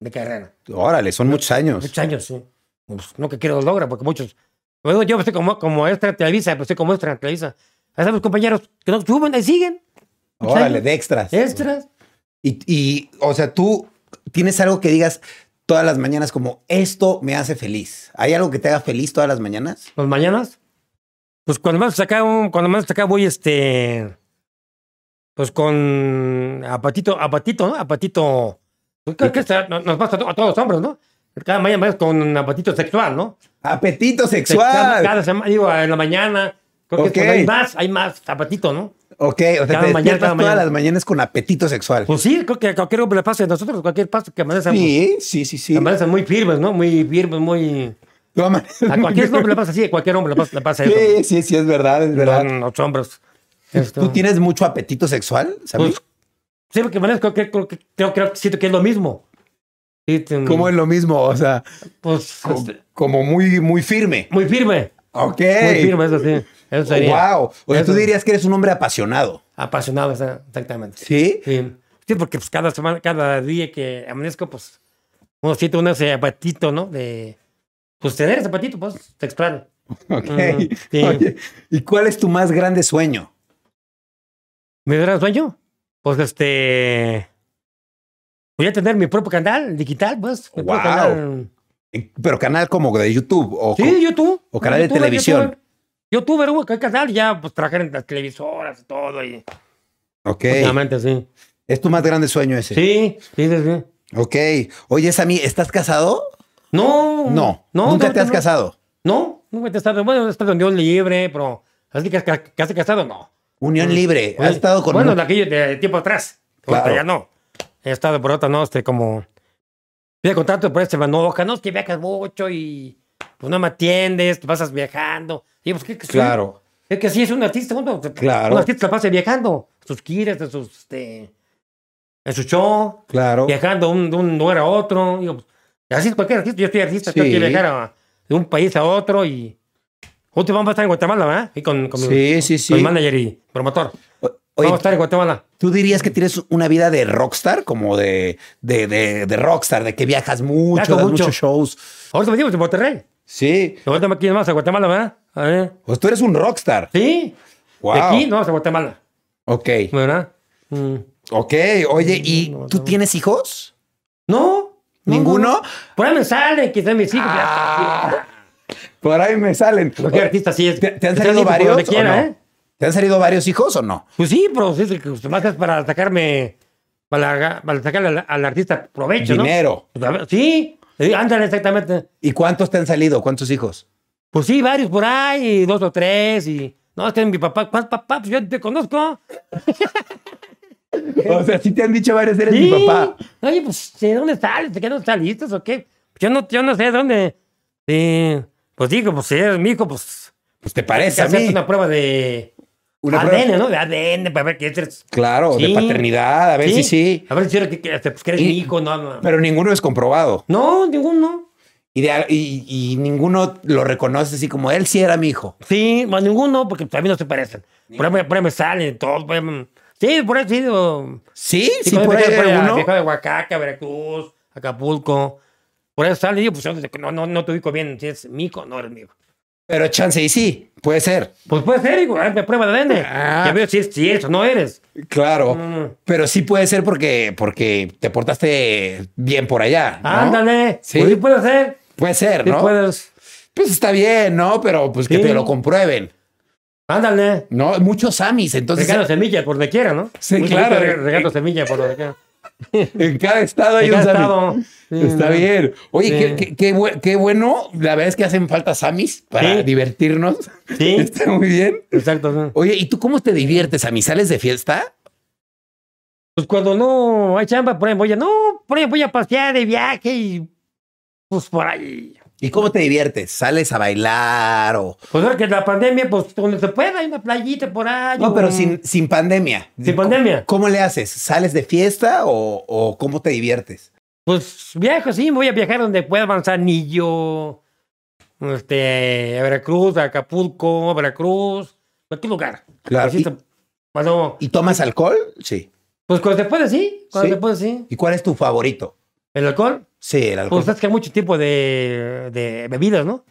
[SPEAKER 1] de carrera.
[SPEAKER 2] Órale, son muchos años.
[SPEAKER 1] Muchos años, sí. Pues, no que quiero los logra, porque muchos. Bueno, yo estoy como, como extra en Televisa, pues estoy como extra en Televisa. Ahí están mis compañeros que no suben, ahí siguen. muchos
[SPEAKER 2] Órale,
[SPEAKER 1] años.
[SPEAKER 2] de extras.
[SPEAKER 1] Extras.
[SPEAKER 2] Y, y, o sea, tú tienes algo que digas todas las mañanas como esto me hace feliz. ¿Hay algo que te haga feliz todas las mañanas?
[SPEAKER 1] Las mañanas. Pues cuando más acá, un- cuando más acá voy, este. Pues con apatito, apatito, ¿no? Apatito. Pues, creo que esta- no- nos pasa a, to- a todos los hombres, ¿no? Cada mañana vas con apatito sexual, ¿no?
[SPEAKER 2] Apetito
[SPEAKER 1] Cada,
[SPEAKER 2] sexual.
[SPEAKER 1] cada semana, digo, en la mañana. Creo que es
[SPEAKER 2] Ok.
[SPEAKER 1] cuando hay más, hay más apatito, ¿no?
[SPEAKER 2] Ok, o sea,
[SPEAKER 1] Cada
[SPEAKER 2] te
[SPEAKER 1] mañana,
[SPEAKER 2] despiertas
[SPEAKER 1] cada
[SPEAKER 2] todas
[SPEAKER 1] mañana.
[SPEAKER 2] las mañanas con apetito sexual.
[SPEAKER 1] Pues sí, creo que a cualquier hombre le pasa a nosotros, cualquier paso que amanezcan, pues,
[SPEAKER 2] Sí, sí, sí, sí.
[SPEAKER 1] amanecen muy firmes, ¿no? Muy firmes, muy...
[SPEAKER 2] Tú ama-
[SPEAKER 1] A cualquier hombre le pasa así, a cualquier hombre le pasa, le pasa eso.
[SPEAKER 2] Sí, sí, sí, es verdad, es verdad. Pues
[SPEAKER 1] Son los hombres. Esto.
[SPEAKER 2] ¿Tú tienes mucho apetito sexual, Sammy?
[SPEAKER 1] Pues, sí, porque amanezco, creo, creo, que- creo, creo que siento que es lo mismo. Sí, te-
[SPEAKER 2] como es lo mismo, o sea,
[SPEAKER 1] Pues,
[SPEAKER 2] co-
[SPEAKER 1] este,
[SPEAKER 2] como muy, muy firme.
[SPEAKER 1] muy firme,
[SPEAKER 2] Ok.
[SPEAKER 1] muy firme, eso sí. Eso sería
[SPEAKER 2] wow. O sea, tú
[SPEAKER 1] Eso.
[SPEAKER 2] dirías que eres un hombre apasionado.
[SPEAKER 1] apasionado, esa- exactamente.
[SPEAKER 2] Sí.
[SPEAKER 1] Sí. Sí, porque pues cada semana, cada día que amanezco, pues, uno siente un ese apatito, ¿no? De, pues, tener ese apatito, pues, sexual.
[SPEAKER 2] Ok.
[SPEAKER 1] Ujú, sí.
[SPEAKER 2] Oye, ¿y cuál es tu más grande sueño?
[SPEAKER 1] ¿Me dará sueño? Pues este. Voy a tener mi propio canal digital, pues. mi propio
[SPEAKER 2] Wow.
[SPEAKER 1] canal.
[SPEAKER 2] Eh, Pero canal como de YouTube o
[SPEAKER 1] Sí, YouTube.
[SPEAKER 2] o canal de
[SPEAKER 1] YouTuber,
[SPEAKER 2] televisión.
[SPEAKER 1] YouTuber, YouTuber, güey, que canal, ya pues trabajar en las televisoras y todo. Y,
[SPEAKER 2] co- ok.
[SPEAKER 1] Últimamente, sí.
[SPEAKER 2] Es tu más grande sueño ese.
[SPEAKER 1] Pues Sí, sí, sí. sí.
[SPEAKER 2] Ok. Oye, Sammy, ¿estás casado?
[SPEAKER 1] No.
[SPEAKER 2] No.
[SPEAKER 1] no
[SPEAKER 2] Nunca
[SPEAKER 1] no,
[SPEAKER 2] te has
[SPEAKER 1] no.
[SPEAKER 2] casado.
[SPEAKER 1] No, nunca te has casado. Bueno, he estado en Dios libre, pero. Así que ca- casi casado, no.
[SPEAKER 2] Unión libre.
[SPEAKER 1] Bueno,
[SPEAKER 2] Has estado con.
[SPEAKER 1] Bueno, de aquello de tiempo atrás.
[SPEAKER 2] Claro.
[SPEAKER 1] Ahorita ya no. He estado por otra, no, este, como. Pide contrato, pero este me enoja, no, es que viajas mucho y. Pues no me atiendes, te pasas viajando. Y pues, ¿qué, qué soy?
[SPEAKER 2] Claro.
[SPEAKER 1] Es que sí, es un artista, uno.
[SPEAKER 2] Claro.
[SPEAKER 1] Un artista pasa viajando. Sus giras, en sus. Este, en su show,
[SPEAKER 2] Claro.
[SPEAKER 1] viajando un- de un lugar a otro. Digo, pues, así es cualquier artista. Yo soy artista, tengo
[SPEAKER 2] Sí.
[SPEAKER 1] que viajar a- de un país a otro y. Justo vamos a estar en Guatemala, ¿verdad? Y con, con mi-
[SPEAKER 2] Sí, sí, sí.
[SPEAKER 1] con mi manager y promotor.
[SPEAKER 2] O- Oye,
[SPEAKER 1] Vamos a estar en Guatemala.
[SPEAKER 2] ¿tú dirías que tienes una vida de rockstar? Como de, de, de, de rockstar, de que viajas mucho,
[SPEAKER 1] Viajo
[SPEAKER 2] das
[SPEAKER 1] mucho.
[SPEAKER 2] muchos shows.
[SPEAKER 1] Ahorita venimos de Monterrey.
[SPEAKER 2] Sí.
[SPEAKER 1] Ahorita aquí vamos a Guatemala, ¿verdad? A ver.
[SPEAKER 2] Pues tú eres un rockstar.
[SPEAKER 1] Sí.
[SPEAKER 2] Wow.
[SPEAKER 1] De aquí no vamos a Guatemala,
[SPEAKER 2] Ok.
[SPEAKER 1] ¿verdad? Mm.
[SPEAKER 2] Ok. Oye, ¿y
[SPEAKER 1] No, no,
[SPEAKER 2] tú
[SPEAKER 1] no.
[SPEAKER 2] tienes hijos?
[SPEAKER 1] No. no,
[SPEAKER 2] ¿Ninguno?
[SPEAKER 1] no. Por ahí me salen quizás mis hijos. ya.
[SPEAKER 2] Por ahí me salen.
[SPEAKER 1] Cualquier artista sí es.
[SPEAKER 2] Ah. ¿Te, te han
[SPEAKER 1] Que sea
[SPEAKER 2] salido
[SPEAKER 1] libre por
[SPEAKER 2] varios?
[SPEAKER 1] Donde
[SPEAKER 2] o
[SPEAKER 1] quiera,
[SPEAKER 2] no?
[SPEAKER 1] ¿eh?
[SPEAKER 2] ¿Te han salido varios hijos o no?
[SPEAKER 1] Pues sí, pero sí, sí, que usted más es para sacarme, para, para sacarle al, al artista provecho, ¿no?
[SPEAKER 2] Dinero.
[SPEAKER 1] Pues a ver, sí, sí, ándale exactamente.
[SPEAKER 2] ¿Y cuántos te han salido? ¿Cuántos hijos?
[SPEAKER 1] Pues sí, varios por ahí, y dos o tres, y... No, es que mi papá, ¿cuál papá? Pues yo te conozco.
[SPEAKER 2] O sea, sí te han dicho varios, eres
[SPEAKER 1] Sí. Oye, pues, ¿de dónde sales? ¿De qué no saliste o qué? Pues, Yo no, yo no sé de dónde. Sí. Pues digo, pues si eres mi hijo, pues.
[SPEAKER 2] Pues te
[SPEAKER 1] hay que
[SPEAKER 2] parece a
[SPEAKER 1] hacerte
[SPEAKER 2] mí.
[SPEAKER 1] una prueba de
[SPEAKER 2] Una
[SPEAKER 1] ADN,
[SPEAKER 2] prueba-
[SPEAKER 1] ¿no? De ADN, para ver qué eres.
[SPEAKER 2] Claro, de
[SPEAKER 1] Ah, Sí.
[SPEAKER 2] paternidad, a ver si sí.
[SPEAKER 1] A ver si eres, que, que- este, pues, que eres
[SPEAKER 2] Y-
[SPEAKER 1] mi hijo, no, no.
[SPEAKER 2] Pero ninguno es comprobado.
[SPEAKER 1] No, ninguno.
[SPEAKER 2] Y, de- y- y ninguno lo reconoce así como él sí era mi hijo.
[SPEAKER 1] Sí, más ninguno, porque también no se parecen. Por ahí, me- por ahí me salen todos. por ahí me- Sí, por ahí sí. digo,
[SPEAKER 2] Sí, sí,
[SPEAKER 1] cuando
[SPEAKER 2] por ahí
[SPEAKER 1] viajaba
[SPEAKER 2] era
[SPEAKER 1] allá,
[SPEAKER 2] uno.
[SPEAKER 1] viajaba de Oaxaca, Veracruz, Acapulco. Por ahí sale y yo, pues, no, no, no te ubico bien. Si es mi hijo, no eres mi hijo.
[SPEAKER 2] Pero chance y sí, puede ser.
[SPEAKER 1] Pues puede ser, digo, hazme prueba de ADN.
[SPEAKER 2] Ah. Oh.
[SPEAKER 1] Ya veo si es, si es o no eres.
[SPEAKER 2] Claro.
[SPEAKER 1] Mm.
[SPEAKER 2] Pero sí puede ser porque, porque te portaste bien por allá. ¿no?
[SPEAKER 1] Ándale.
[SPEAKER 2] Sí.
[SPEAKER 1] Pues sí puede ser.
[SPEAKER 2] Puede ser,
[SPEAKER 1] Sí
[SPEAKER 2] ¿no?
[SPEAKER 1] puedes.
[SPEAKER 2] Pues está bien, ¿no? Pero pues que
[SPEAKER 1] Sí.
[SPEAKER 2] te lo comprueben.
[SPEAKER 1] Ándale.
[SPEAKER 2] No, muchos Samis, entonces
[SPEAKER 1] Regalo semillas por donde quiera, ¿no?
[SPEAKER 2] Sí,
[SPEAKER 1] Mucho
[SPEAKER 2] claro.
[SPEAKER 1] gusto, re- Regalo semillas por donde quiera.
[SPEAKER 2] en cada estado hay
[SPEAKER 1] En
[SPEAKER 2] un
[SPEAKER 1] cada
[SPEAKER 2] Sami.
[SPEAKER 1] estado. Sí,
[SPEAKER 2] Está
[SPEAKER 1] ¿no?
[SPEAKER 2] bien. Oye,
[SPEAKER 1] Sí.
[SPEAKER 2] qué, qué- qué bue- qué bueno. La verdad es que hacen falta Samis para
[SPEAKER 1] Sí.
[SPEAKER 2] divertirnos.
[SPEAKER 1] Sí.
[SPEAKER 2] Está muy bien.
[SPEAKER 1] Exacto. sí.
[SPEAKER 2] Oye, ¿y tú cómo te diviertes, Sami? ¿Sales de fiesta?
[SPEAKER 1] Pues cuando no hay chamba, por ahí voy a, no, por ahí voy a pasear de viaje y pues por ahí.
[SPEAKER 2] ¿Y ¿Y cómo te diviertes? ¿Sales a bailar o...?
[SPEAKER 1] Pues ahora que la pandemia, pues donde se pueda, hay una playita por ahí.
[SPEAKER 2] No,
[SPEAKER 1] un-
[SPEAKER 2] pero sin, sin pandemia.
[SPEAKER 1] Sin
[SPEAKER 2] ¿Cómo-
[SPEAKER 1] pandemia.
[SPEAKER 2] ¿Cómo le haces? ¿Sales de fiesta o, o cómo te diviertes?
[SPEAKER 1] Pues viajo, sí, voy a viajar donde pueda, Manzanillo, este, a Veracruz, a Acapulco, a Veracruz, cualquier lugar.
[SPEAKER 2] Claro.
[SPEAKER 1] Así
[SPEAKER 2] ¿Y,
[SPEAKER 1] se- cuando-
[SPEAKER 2] y tomas alcohol? Sí.
[SPEAKER 1] pues cuando se puede, sí, cuando
[SPEAKER 2] Sí.
[SPEAKER 1] se puede, sí.
[SPEAKER 2] ¿Y cuál es tu favorito?
[SPEAKER 1] El alcohol,
[SPEAKER 2] Sí, el alcohol.
[SPEAKER 1] pues sabes que hay mucho tipo de, de bebidas, ¿no?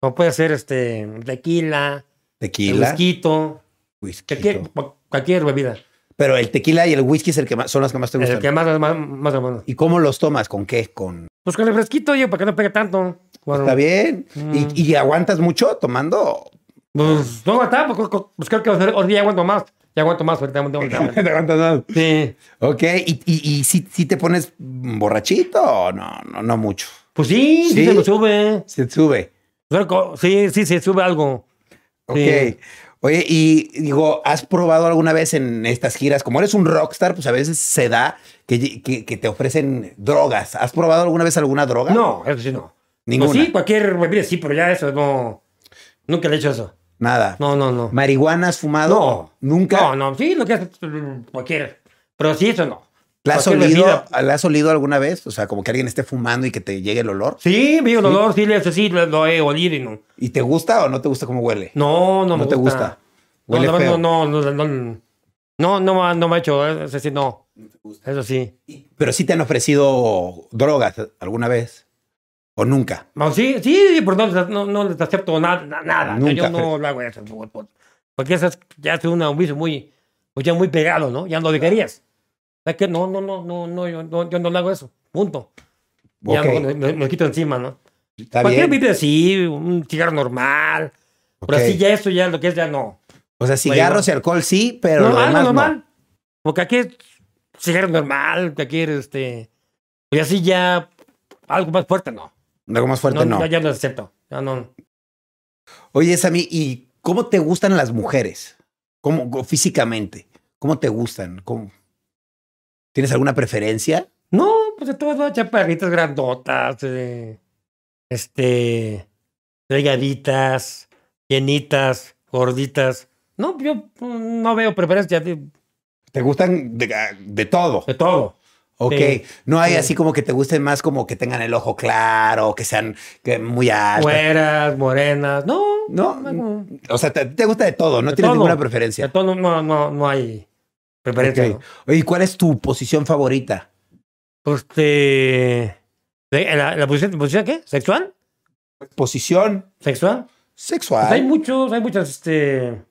[SPEAKER 1] Como puede ser este, tequila, el
[SPEAKER 2] tequila.
[SPEAKER 1] whisky, cualquier,
[SPEAKER 2] whisky.
[SPEAKER 1] cualquier bebida.
[SPEAKER 2] Pero el tequila y el whisky es el que más, son las que más te gustan.
[SPEAKER 1] El que más, más, más o menos.
[SPEAKER 2] ¿Y cómo los tomas? ¿Con qué? ¿Con...
[SPEAKER 1] Pues con el fresquito, yo, para que no pegue tanto. Bueno,
[SPEAKER 2] ¿Está bien?
[SPEAKER 1] Mm.
[SPEAKER 2] ¿Y, y aguantas mucho tomando?
[SPEAKER 1] Pues no aguantaba, pues, co- pues creo que hoy día aguanto más. Ya aguanto más, ahorita aguanto
[SPEAKER 2] No
[SPEAKER 1] más.
[SPEAKER 2] te aguantas nada.
[SPEAKER 1] Sí.
[SPEAKER 2] Ok, ¿y, y, y si, si te pones borrachito o no? No, no mucho.
[SPEAKER 1] Pues sí, sí,
[SPEAKER 2] ¿Sí?
[SPEAKER 1] se lo sube.
[SPEAKER 2] Se sube.
[SPEAKER 1] Pero co- Sí, sí, se sube algo.
[SPEAKER 2] Ok.
[SPEAKER 1] Sí.
[SPEAKER 2] Oye, y digo, ¿has probado alguna vez en estas giras? Como eres un rockstar, pues a veces se da que, que- que te ofrecen drogas. ¿Has probado alguna vez alguna droga?
[SPEAKER 1] No, eso sí no.
[SPEAKER 2] Ninguna.
[SPEAKER 1] Pues sí, cualquier bebida sí, pero ya eso no. Nunca le he hecho eso.
[SPEAKER 2] Nada.
[SPEAKER 1] No, no, no.
[SPEAKER 2] ¿Marihuana has fumado?
[SPEAKER 1] No.
[SPEAKER 2] Nunca.
[SPEAKER 1] No, no, sí, lo que es mm, cualquier. Pero sí, eso no.
[SPEAKER 2] ¿La has,
[SPEAKER 1] Cualquier
[SPEAKER 2] olido,
[SPEAKER 1] bebida.
[SPEAKER 2] ¿La has olido alguna vez? O sea, como que alguien esté fumando y que te llegue el olor.
[SPEAKER 1] Sí, me dio el olor, sí, le- eso sí, lo, lo he olido y no.
[SPEAKER 2] ¿Y te gusta o no te gusta cómo huele?
[SPEAKER 1] No, no,
[SPEAKER 2] No
[SPEAKER 1] me
[SPEAKER 2] te gusta.
[SPEAKER 1] No,
[SPEAKER 2] Huele
[SPEAKER 1] la verdad,
[SPEAKER 2] feo.
[SPEAKER 1] no, no, no, no, no, no, no, me ha- no me ha hecho, eh, eso sí, no. Eso sí.
[SPEAKER 2] Pero sí te han ofrecido drogas alguna vez. O nunca.
[SPEAKER 1] No, sí, sí, pero no, les- no, no les acepto nada. na- nada. O sea,
[SPEAKER 2] Nunca,
[SPEAKER 1] yo no lo hago eso. por- por- Porque eso es- ya es una- un vicio muy, pues ya muy pegado, ¿no? Ya no dejarías. O sea que no, no, no, no, no, yo no, yo no le hago eso. Punto. Ya
[SPEAKER 2] Ok,
[SPEAKER 1] me- me, me lo quito encima, ¿no?
[SPEAKER 2] Está
[SPEAKER 1] Cualquier
[SPEAKER 2] bien.
[SPEAKER 1] bebida sí, un cigarro normal. Pero
[SPEAKER 2] Ok.
[SPEAKER 1] así ya eso, ya lo que es ya no.
[SPEAKER 2] O sea, cigarros y alcohol sí, pero lo
[SPEAKER 1] normal,
[SPEAKER 2] demás
[SPEAKER 1] algo
[SPEAKER 2] no.
[SPEAKER 1] normal. Porque aquí es cigarro normal, cualquier este. Y así ya algo más fuerte, no.
[SPEAKER 2] Algo más fuerte no.
[SPEAKER 1] no. Ya no lo acepto. Ya no.
[SPEAKER 2] Oye, Sammy, ¿y cómo te gustan las mujeres? ¿Cómo cómo- físicamente? ¿Cómo te gustan? ¿Cómo? ¿Tienes alguna preferencia?
[SPEAKER 1] No, pues de todo, chaparritas grandotas, eh, este, delgaditas, llenitas, gorditas. No, yo mm, no veo preferencia de,
[SPEAKER 2] ¿Te gustan de, ah, de todo?
[SPEAKER 1] de todo.
[SPEAKER 2] Ok.
[SPEAKER 1] sí,
[SPEAKER 2] no hay
[SPEAKER 1] sí.
[SPEAKER 2] así como que te gusten más como que tengan el ojo claro, que sean que muy altas.
[SPEAKER 1] Güeras, morenas, no.
[SPEAKER 2] No,
[SPEAKER 1] no, no,
[SPEAKER 2] O sea, te, te gusta de todo, no
[SPEAKER 1] De
[SPEAKER 2] tienes
[SPEAKER 1] todo.
[SPEAKER 2] ninguna
[SPEAKER 1] De
[SPEAKER 2] preferencia.
[SPEAKER 1] todo no, no, no hay preferencia.
[SPEAKER 2] Ok.
[SPEAKER 1] ¿no?
[SPEAKER 2] Oye, ¿y cuál es tu posición favorita?
[SPEAKER 1] Este, de- ¿la, la posición, posición qué? ¿Sexual?
[SPEAKER 2] Posición
[SPEAKER 1] ¿Sexual? Pues hay
[SPEAKER 2] sexual.
[SPEAKER 1] muchos, hay muchas, este...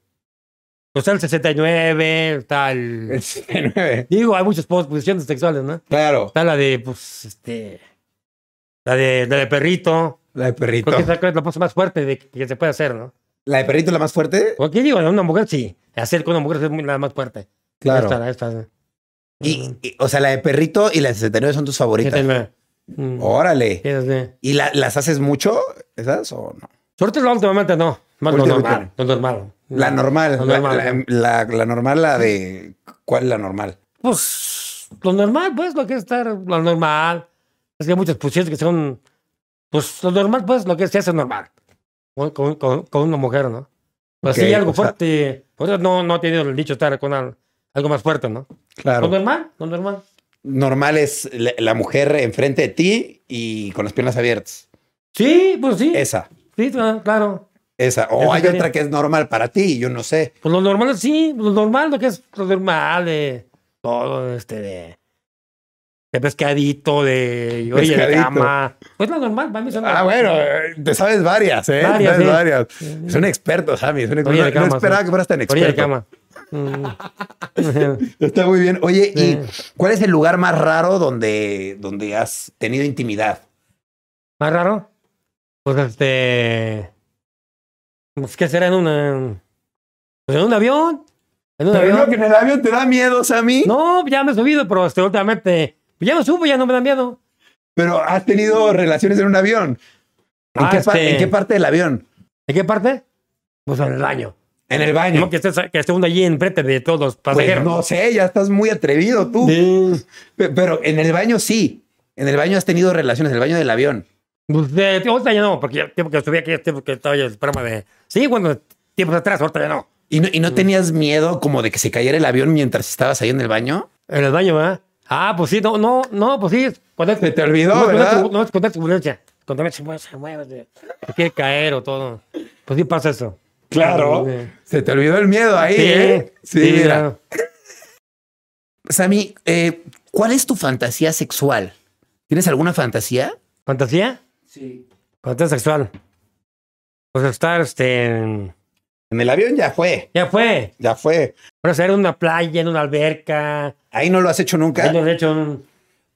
[SPEAKER 1] pues Está el 69, está el...
[SPEAKER 2] El 69.
[SPEAKER 1] Digo, Pues hay muchas pos- posiciones sexuales, ¿no?
[SPEAKER 2] Claro,
[SPEAKER 1] Está la de, pues, este. La de, la de perrito.
[SPEAKER 2] la de perrito.
[SPEAKER 1] Creo que esa es la pose más fuerte de que que se puede hacer, ¿no?
[SPEAKER 2] ¿La de perrito es la más fuerte?
[SPEAKER 1] Porque digo, una mujer sí. Hacer con una mujer es muy- la más fuerte.
[SPEAKER 2] Claro.
[SPEAKER 1] Esta, esta.
[SPEAKER 2] Y, y- o sea, la de perrito y la de 69 son tus favoritas.
[SPEAKER 1] Esta es la- mm,
[SPEAKER 2] Órale.
[SPEAKER 1] esta es la-
[SPEAKER 2] ¿Y la- las haces mucho? ¿Esas o no?
[SPEAKER 1] Suerte no, últimamente no. Más lo
[SPEAKER 2] Últimamente
[SPEAKER 1] normal. Lo normal.
[SPEAKER 2] La normal.
[SPEAKER 1] Lo
[SPEAKER 2] la,
[SPEAKER 1] normal.
[SPEAKER 2] la- la- la normal, la de. ¿Cuál es la normal?
[SPEAKER 1] Pues, lo normal, pues, lo que es estar. Lo normal. Es que hay muchas posiciones que son. Pues, lo normal, pues, lo que se hace normal. Con, con, con, con una mujer, ¿no? Pues
[SPEAKER 2] Ok,
[SPEAKER 1] sí, algo
[SPEAKER 2] o sea-
[SPEAKER 1] fuerte. Por eso no, no he tenido el dicho estar con al- algo más fuerte, ¿no? Lo
[SPEAKER 2] Claro.
[SPEAKER 1] normal, lo normal.
[SPEAKER 2] Normal es la, la mujer enfrente de ti y con las piernas abiertas.
[SPEAKER 1] Sí, pues sí.
[SPEAKER 2] Esa,
[SPEAKER 1] Sí, ah, claro.
[SPEAKER 2] esa. O
[SPEAKER 1] Esa
[SPEAKER 2] hay
[SPEAKER 1] sería.
[SPEAKER 2] otra que es normal para ti, yo no sé.
[SPEAKER 1] Pues lo normal, sí, lo normal, lo que es lo normal, de todo, este, de, de pescadito, de orilla de
[SPEAKER 2] Pescadito.
[SPEAKER 1] cama. Pues lo normal, para mí son
[SPEAKER 2] Ah, bueno, eh, te sabes varias, ¿eh?
[SPEAKER 1] Varias,
[SPEAKER 2] Sabes
[SPEAKER 1] sí.
[SPEAKER 2] varias. Es un experto, Sammy. Es un experto.
[SPEAKER 1] Orilla de
[SPEAKER 2] No-
[SPEAKER 1] cama,
[SPEAKER 2] no esperaba
[SPEAKER 1] sí.
[SPEAKER 2] que fueras tan
[SPEAKER 1] orilla de
[SPEAKER 2] experto.
[SPEAKER 1] cama. Mm. Eh,
[SPEAKER 2] Está muy bien. Oye,
[SPEAKER 1] Sí.
[SPEAKER 2] ¿y cuál es el lugar más raro donde, donde has tenido intimidad?
[SPEAKER 1] ¿Más raro? Pues este. Pues, ¿Qué será en una. Pues en un avión. En un
[SPEAKER 2] Pero
[SPEAKER 1] avión.
[SPEAKER 2] no, que en el avión te da miedo, Sammy.
[SPEAKER 1] No, ya me he subido, pero este, últimamente. Ya me subo, ya no me da miedo.
[SPEAKER 2] Pero has tenido relaciones en un avión. ¿En,
[SPEAKER 1] Ah,
[SPEAKER 2] qué, par-
[SPEAKER 1] este,
[SPEAKER 2] en qué parte del avión?
[SPEAKER 1] ¿En qué parte? Pues en el baño.
[SPEAKER 2] En el
[SPEAKER 1] No
[SPEAKER 2] baño.
[SPEAKER 1] que esté, que esté uno allí enfrente de todos los
[SPEAKER 2] Pues,
[SPEAKER 1] pasajeros.
[SPEAKER 2] no sé, ya estás muy atrevido tú.
[SPEAKER 1] Sí.
[SPEAKER 2] Pe- Pero en el baño sí. En el baño has tenido relaciones, en el baño del avión.
[SPEAKER 1] Pues, eh, ahorita ya no, porque ya tiempo que subí aquí, tiempo que estaba yo el programa de. Sí, bueno, tiempos atrás, ahorita ya no.
[SPEAKER 2] ¿Y no, y no tenías miedo como de que se cayera el avión mientras estabas ahí en el baño?
[SPEAKER 1] En el baño, ¿verdad? Ah, pues sí, no, no, no, pues sí. Cuando es-
[SPEAKER 2] Se te olvidó,
[SPEAKER 1] no, cuando es
[SPEAKER 2] ¿verdad?
[SPEAKER 1] turbu- No, es cuando es turbulencia. Cuando también se mueve, se mueve, se, se quiere caer o todo. Pues sí pasa eso. Sí.
[SPEAKER 2] Se te olvidó el miedo ahí.
[SPEAKER 1] Sí,
[SPEAKER 2] ¿eh? Sí,
[SPEAKER 1] sí,
[SPEAKER 2] mira.
[SPEAKER 1] ya.
[SPEAKER 2] Sammy, eh, ¿cuál es tu fantasía sexual? ¿Tienes alguna fantasía?
[SPEAKER 1] ¿Fantasía?
[SPEAKER 2] Sí.
[SPEAKER 1] Fantasía sexual. Pues estar, este.
[SPEAKER 2] En el avión ya fue,
[SPEAKER 1] Ya fue.
[SPEAKER 2] ya fue.
[SPEAKER 1] Pero ser en una playa, en una alberca.
[SPEAKER 2] Ahí no lo has hecho nunca.
[SPEAKER 1] Hemos hecho un-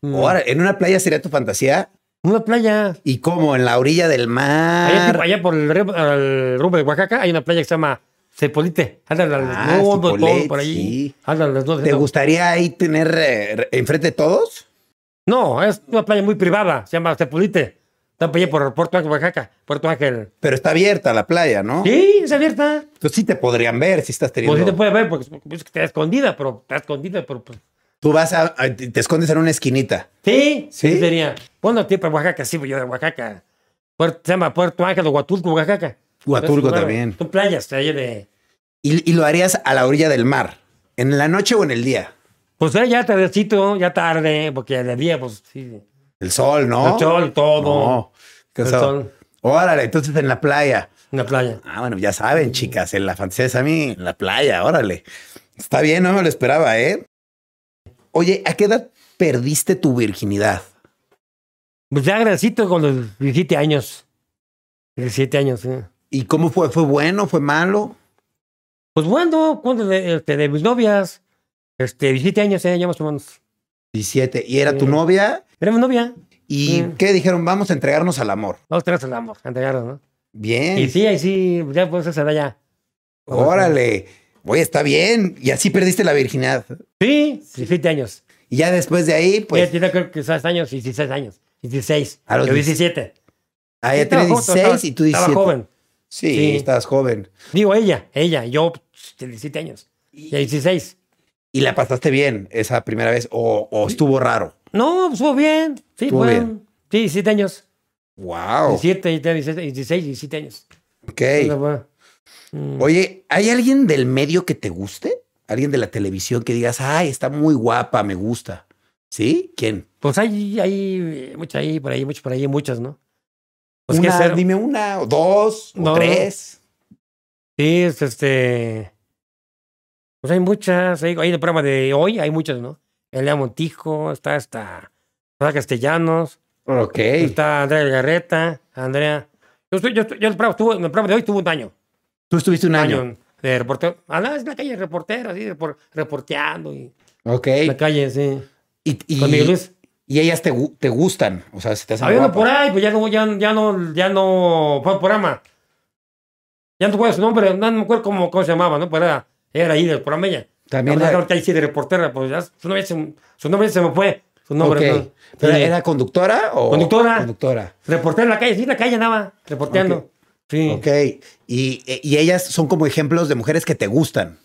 [SPEAKER 1] un-
[SPEAKER 2] Ahora, en una playa sería tu fantasía.
[SPEAKER 1] una playa.
[SPEAKER 2] ¿Y cómo? En la orilla del
[SPEAKER 1] Allá,
[SPEAKER 2] mar.
[SPEAKER 1] tipo, allá por el, río- el rumbo de Oaxaca hay una playa que se llama Cepolite. Ándale al
[SPEAKER 2] Ah,
[SPEAKER 1] desnudo, todo
[SPEAKER 2] Cepolite,
[SPEAKER 1] por ahí.
[SPEAKER 2] sí.
[SPEAKER 1] Ándale al desnudo.
[SPEAKER 2] ¿Te gustaría ahí tener eh, re- enfrente de todos?
[SPEAKER 1] No, es una playa muy privada, se llama Cepolite. Está por allá por Puerto Ángel, Oaxaca. Puerto Ángel.
[SPEAKER 2] Pero está abierta la playa, ¿no?
[SPEAKER 1] Sí, es abierta.
[SPEAKER 2] Entonces sí te podrían ver si estás teniendo.
[SPEAKER 1] Pues sí te puede ver porque es que está escondida, pero está escondida, pero pues.
[SPEAKER 2] Tú vas a, a- te te escondes en una esquinita.
[SPEAKER 1] Sí,
[SPEAKER 2] ¿Sí?
[SPEAKER 1] sí. Sería. Bueno, tipo en Oaxaca, sí, yo de Oaxaca. Puerto- se llama Puerto Ángel o Huatulco, Oaxaca.
[SPEAKER 2] Huatulco
[SPEAKER 1] Entonces,
[SPEAKER 2] también.
[SPEAKER 1] Son playas, ahí de.
[SPEAKER 2] Y, y lo harías a la orilla del mar. ¿En la noche o en el día?
[SPEAKER 1] Pues eh, ya tardecito, ya tarde, porque de día, pues sí.
[SPEAKER 2] El sol, ¿no?
[SPEAKER 1] El sol, todo.
[SPEAKER 2] No. ¿Qué
[SPEAKER 1] El
[SPEAKER 2] sol?
[SPEAKER 1] sol.
[SPEAKER 2] Órale, entonces en la playa.
[SPEAKER 1] Una playa.
[SPEAKER 2] Ah, bueno, ya saben, chicas, en la fantasía de Sammy, en la playa, órale. Está bien, no me lo esperaba, ¿eh? Oye, ¿a qué edad perdiste tu virginidad?
[SPEAKER 1] Pues ya agradecito con los 17 años. 17 años, sí.
[SPEAKER 2] ¿Y cómo fue? ¿Fue bueno? ¿Fue malo?
[SPEAKER 1] Pues bueno, cuando de, este, de mis novias, este, 17 años, eh, ya más o menos.
[SPEAKER 2] 17. ¿Y era tu
[SPEAKER 1] Sí.
[SPEAKER 2] novia?
[SPEAKER 1] Era mi novia.
[SPEAKER 2] ¿Y
[SPEAKER 1] Mm.
[SPEAKER 2] qué dijeron? Vamos a entregarnos al amor.
[SPEAKER 1] Vamos tres al amor, a entregarnos, ¿no?
[SPEAKER 2] Bien.
[SPEAKER 1] Y sí, ahí sí, ya pues esa edad ya.
[SPEAKER 2] Órale. Oye, está bien. Y así perdiste la virginidad.
[SPEAKER 1] Sí, 17 años.
[SPEAKER 2] Y ya después de ahí,
[SPEAKER 1] Pues,
[SPEAKER 2] pues,
[SPEAKER 1] ya tenía creo que 6 años, 16 años. 16.
[SPEAKER 2] A los
[SPEAKER 1] Yo
[SPEAKER 2] 16.
[SPEAKER 1] 17.
[SPEAKER 2] ah,
[SPEAKER 1] Sí,
[SPEAKER 2] ya
[SPEAKER 1] estaba
[SPEAKER 2] tienes
[SPEAKER 1] joven,
[SPEAKER 2] 16 y tú
[SPEAKER 1] estaba-
[SPEAKER 2] 17.
[SPEAKER 1] Estaba joven.
[SPEAKER 2] Sí,
[SPEAKER 1] Sí.
[SPEAKER 2] estabas joven.
[SPEAKER 1] Digo, ella, ella, yo, 17 años. Y 16.
[SPEAKER 2] ¿Y la pasaste bien esa primera vez o, o estuvo raro?
[SPEAKER 1] No, pues, estuvo bien. Sí,
[SPEAKER 2] Estuvo
[SPEAKER 1] fueron-
[SPEAKER 2] bien. Oh.
[SPEAKER 1] Sí, 17 años.
[SPEAKER 2] Wow.
[SPEAKER 1] 17, 17, 16, 17 años.
[SPEAKER 2] Ok.
[SPEAKER 1] Bueno, bueno. Mm,
[SPEAKER 2] Oye, ¿hay alguien del medio que te guste? ¿Alguien de la televisión que digas, ay, está muy guapa, me gusta? ¿Sí? ¿Quién?
[SPEAKER 1] Pues hay, hay muchas ahí, por ahí, muchas por ahí, muchas, ¿no? Pues
[SPEAKER 2] Una,
[SPEAKER 1] qué ser.
[SPEAKER 2] Dime una, o dos, o
[SPEAKER 1] No.
[SPEAKER 2] tres.
[SPEAKER 1] Sí, es, este. Pues hay muchas. Hay, hay el programa de hoy, hay muchas, ¿no? Elia Montijo, está hasta. Rosa Castellanos,
[SPEAKER 2] Ok.
[SPEAKER 1] está Andrea Garreta, Andrea. Yo, estoy- yo, estoy- yo el, programa estuvo- el programa de hoy tuvo un año.
[SPEAKER 2] Tú estuviste un año.
[SPEAKER 1] De reportero. Ah, no, es la calle reportero, así, repor- reporteando. Y,
[SPEAKER 2] Ok.
[SPEAKER 1] la calle, sí.
[SPEAKER 2] Y, y-
[SPEAKER 1] Con Miguel Luis.
[SPEAKER 2] y ellas te, gu- te gustan. O sea, se te hacen
[SPEAKER 1] Había uno
[SPEAKER 2] guapas.
[SPEAKER 1] por ahí, pues ya no, ya, ya no, ya no fue al programa. Ya no recuerdo su nombre, no me acuerdo cómo, cómo se llamaba, ¿no? Pero era, era ahí del programa ella.
[SPEAKER 2] También
[SPEAKER 1] Ahora,
[SPEAKER 2] la-
[SPEAKER 1] ahorita ahí sí de reportera, pues ya su nombre se, su nombre se me fue. Su nombre, pues,
[SPEAKER 2] Ok.
[SPEAKER 1] ¿no?
[SPEAKER 2] ¿Pero
[SPEAKER 1] Sí.
[SPEAKER 2] era conductora o...?
[SPEAKER 1] Conductora.
[SPEAKER 2] Conductora.
[SPEAKER 1] Reportera en la calle, sí, en la calle andaba, reporteando.
[SPEAKER 2] Ok.
[SPEAKER 1] Sí.
[SPEAKER 2] Ok. Y, y ellas son como ejemplos de mujeres que te gustan.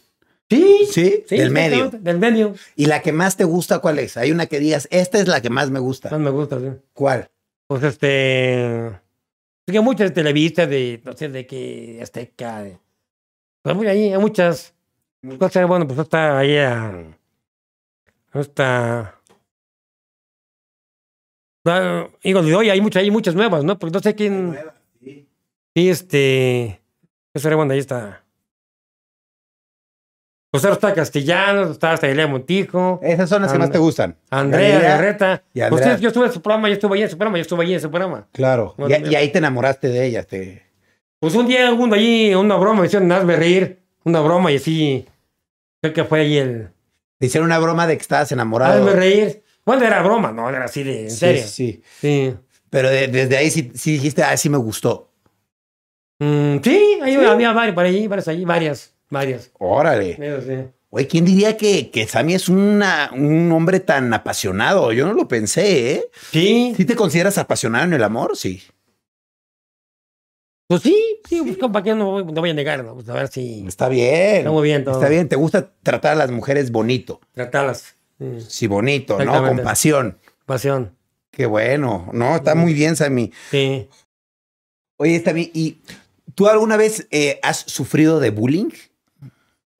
[SPEAKER 1] sí.
[SPEAKER 2] Sí, del medio.
[SPEAKER 1] exactamente, Del medio.
[SPEAKER 2] ¿Y la que más te gusta cuál es? Hay una que digas, esta es la que más me gusta.
[SPEAKER 1] Más me gusta, sí.
[SPEAKER 2] ¿Cuál?
[SPEAKER 1] Pues este. Sigue muchas de Televisa, de, no sé, de qué, Azteca. De, pues muy ahí, hay muchas. Entonces, bueno, pues está ahí. a- Está. Ah, Digo, de hoy hay muchas, hay muchas nuevas, ¿no? Porque no sé quién. Sí, este. Eso era bueno, ahí está. Pues ahora está Castellanos, está hasta Elia Montijo,
[SPEAKER 2] Esas son las que más
[SPEAKER 1] Anda.
[SPEAKER 2] te gustan.
[SPEAKER 1] Andrea
[SPEAKER 2] Galera.
[SPEAKER 1] Garreta.
[SPEAKER 2] y Andrea.
[SPEAKER 1] Pues, sí, yo estuve en su programa, yo estuve ahí en su programa, yo estuve ahí en su programa.
[SPEAKER 2] Claro.
[SPEAKER 1] Bueno,
[SPEAKER 2] y, y ahí te enamoraste de ellas. Te...
[SPEAKER 1] Pues un día uno allí, una broma, me hicieron hazme reír, una broma y así. Creo que fue ahí el.
[SPEAKER 2] te hicieron una broma de que estabas enamorado.
[SPEAKER 1] Hazme reír. Bueno, era broma, no, era así de. En
[SPEAKER 2] Sí,
[SPEAKER 1] serio. Sí.
[SPEAKER 2] sí. Pero de- desde ahí sí, sí dijiste, ah, sí me gustó.
[SPEAKER 1] Mm, sí, ahí había varias, por ahí, varias ahí, varias, varias.
[SPEAKER 2] Órale.
[SPEAKER 1] Eso sí.
[SPEAKER 2] Güey, ¿quién diría que, que Sammy es una, un hombre tan apasionado? Yo no lo pensé, ¿eh?
[SPEAKER 1] Sí,
[SPEAKER 2] ¿Sí te consideras apasionado en el amor? Sí.
[SPEAKER 1] pues sí, sí, pues para qué no voy, no voy a negar, ¿no? Pues a ver si.
[SPEAKER 2] Está bien.
[SPEAKER 1] Está muy bien todo.
[SPEAKER 2] Está bien. ¿Te gusta tratar a las mujeres bonito?
[SPEAKER 1] Tratarlas. Sí.
[SPEAKER 2] Sí, bonito, ¿no?
[SPEAKER 1] Exactamente.
[SPEAKER 2] Con pasión.
[SPEAKER 1] Pasión.
[SPEAKER 2] Qué bueno. No, está muy bien, Sammy.
[SPEAKER 1] Sí.
[SPEAKER 2] Oye, Sammy, ¿y tú alguna vez eh, has sufrido de bullying?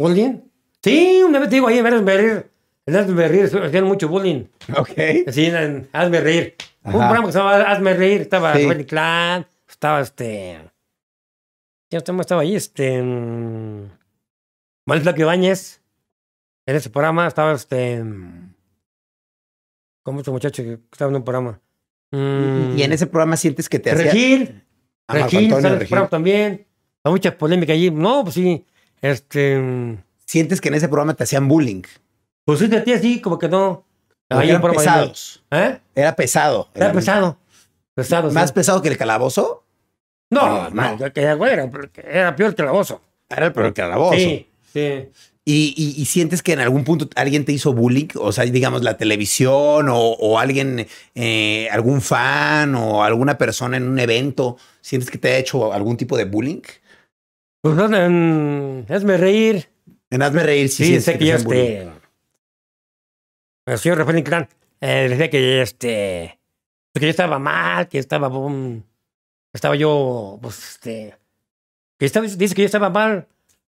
[SPEAKER 1] ¿Bullying? Sí, una vez te digo ahí en Hazme Reír. En Hazme Reír hacían mucho bullying.
[SPEAKER 2] Ok.
[SPEAKER 1] Así en, en Hazme Reír.
[SPEAKER 2] Ajá.
[SPEAKER 1] Un programa que se llamaba Hazme Reír. Estaba
[SPEAKER 2] Sí.
[SPEAKER 1] Rafael Clan, estaba este... Ya estaba, estaba ahí, este... mm, Manuel Flaquio Báñez. En ese programa estaba este... mm, Con muchos muchachos que estaban en un programa. Mm,
[SPEAKER 2] Y en ese programa sientes que te hacía...
[SPEAKER 1] Regil.
[SPEAKER 2] A Marco
[SPEAKER 1] Regil,
[SPEAKER 2] Antonio
[SPEAKER 1] Sales
[SPEAKER 2] Regil.
[SPEAKER 1] Bravo también. Hay mucha polémica allí. No, pues sí. Este. mm,
[SPEAKER 2] Sientes que en ese programa te hacían bullying.
[SPEAKER 1] Pues sí, de ti así, como que no.
[SPEAKER 2] Porque
[SPEAKER 1] Ahí
[SPEAKER 2] eran
[SPEAKER 1] por-
[SPEAKER 2] pesados.
[SPEAKER 1] ¿Eh?
[SPEAKER 2] Era pesado.
[SPEAKER 1] Era
[SPEAKER 2] Era-
[SPEAKER 1] pesado. Pesado. sí.
[SPEAKER 2] ¿Más pesado que el calabozo?
[SPEAKER 1] No,
[SPEAKER 2] no.
[SPEAKER 1] no. Que, que, güey, era, era peor que el oso.
[SPEAKER 2] Era pero el calabozo.
[SPEAKER 1] Sí, sí.
[SPEAKER 2] Y, y- y sientes que en algún punto alguien te hizo bullying, o sea, digamos la televisión o, o alguien, eh, algún fan o alguna persona en un evento, sientes que te ha hecho algún tipo de bullying.
[SPEAKER 1] Pues no, en- hazme reír.
[SPEAKER 2] En Hazme Reír, sí,
[SPEAKER 1] Sí,
[SPEAKER 2] sientes
[SPEAKER 1] sé que
[SPEAKER 2] te
[SPEAKER 1] yo
[SPEAKER 2] hacen bullying.
[SPEAKER 1] este. El señor Rafael Inclán eh, decía que este. Que yo estaba mal, que estaba. um, estaba yo. Pues este. Que estaba, dice que yo estaba mal.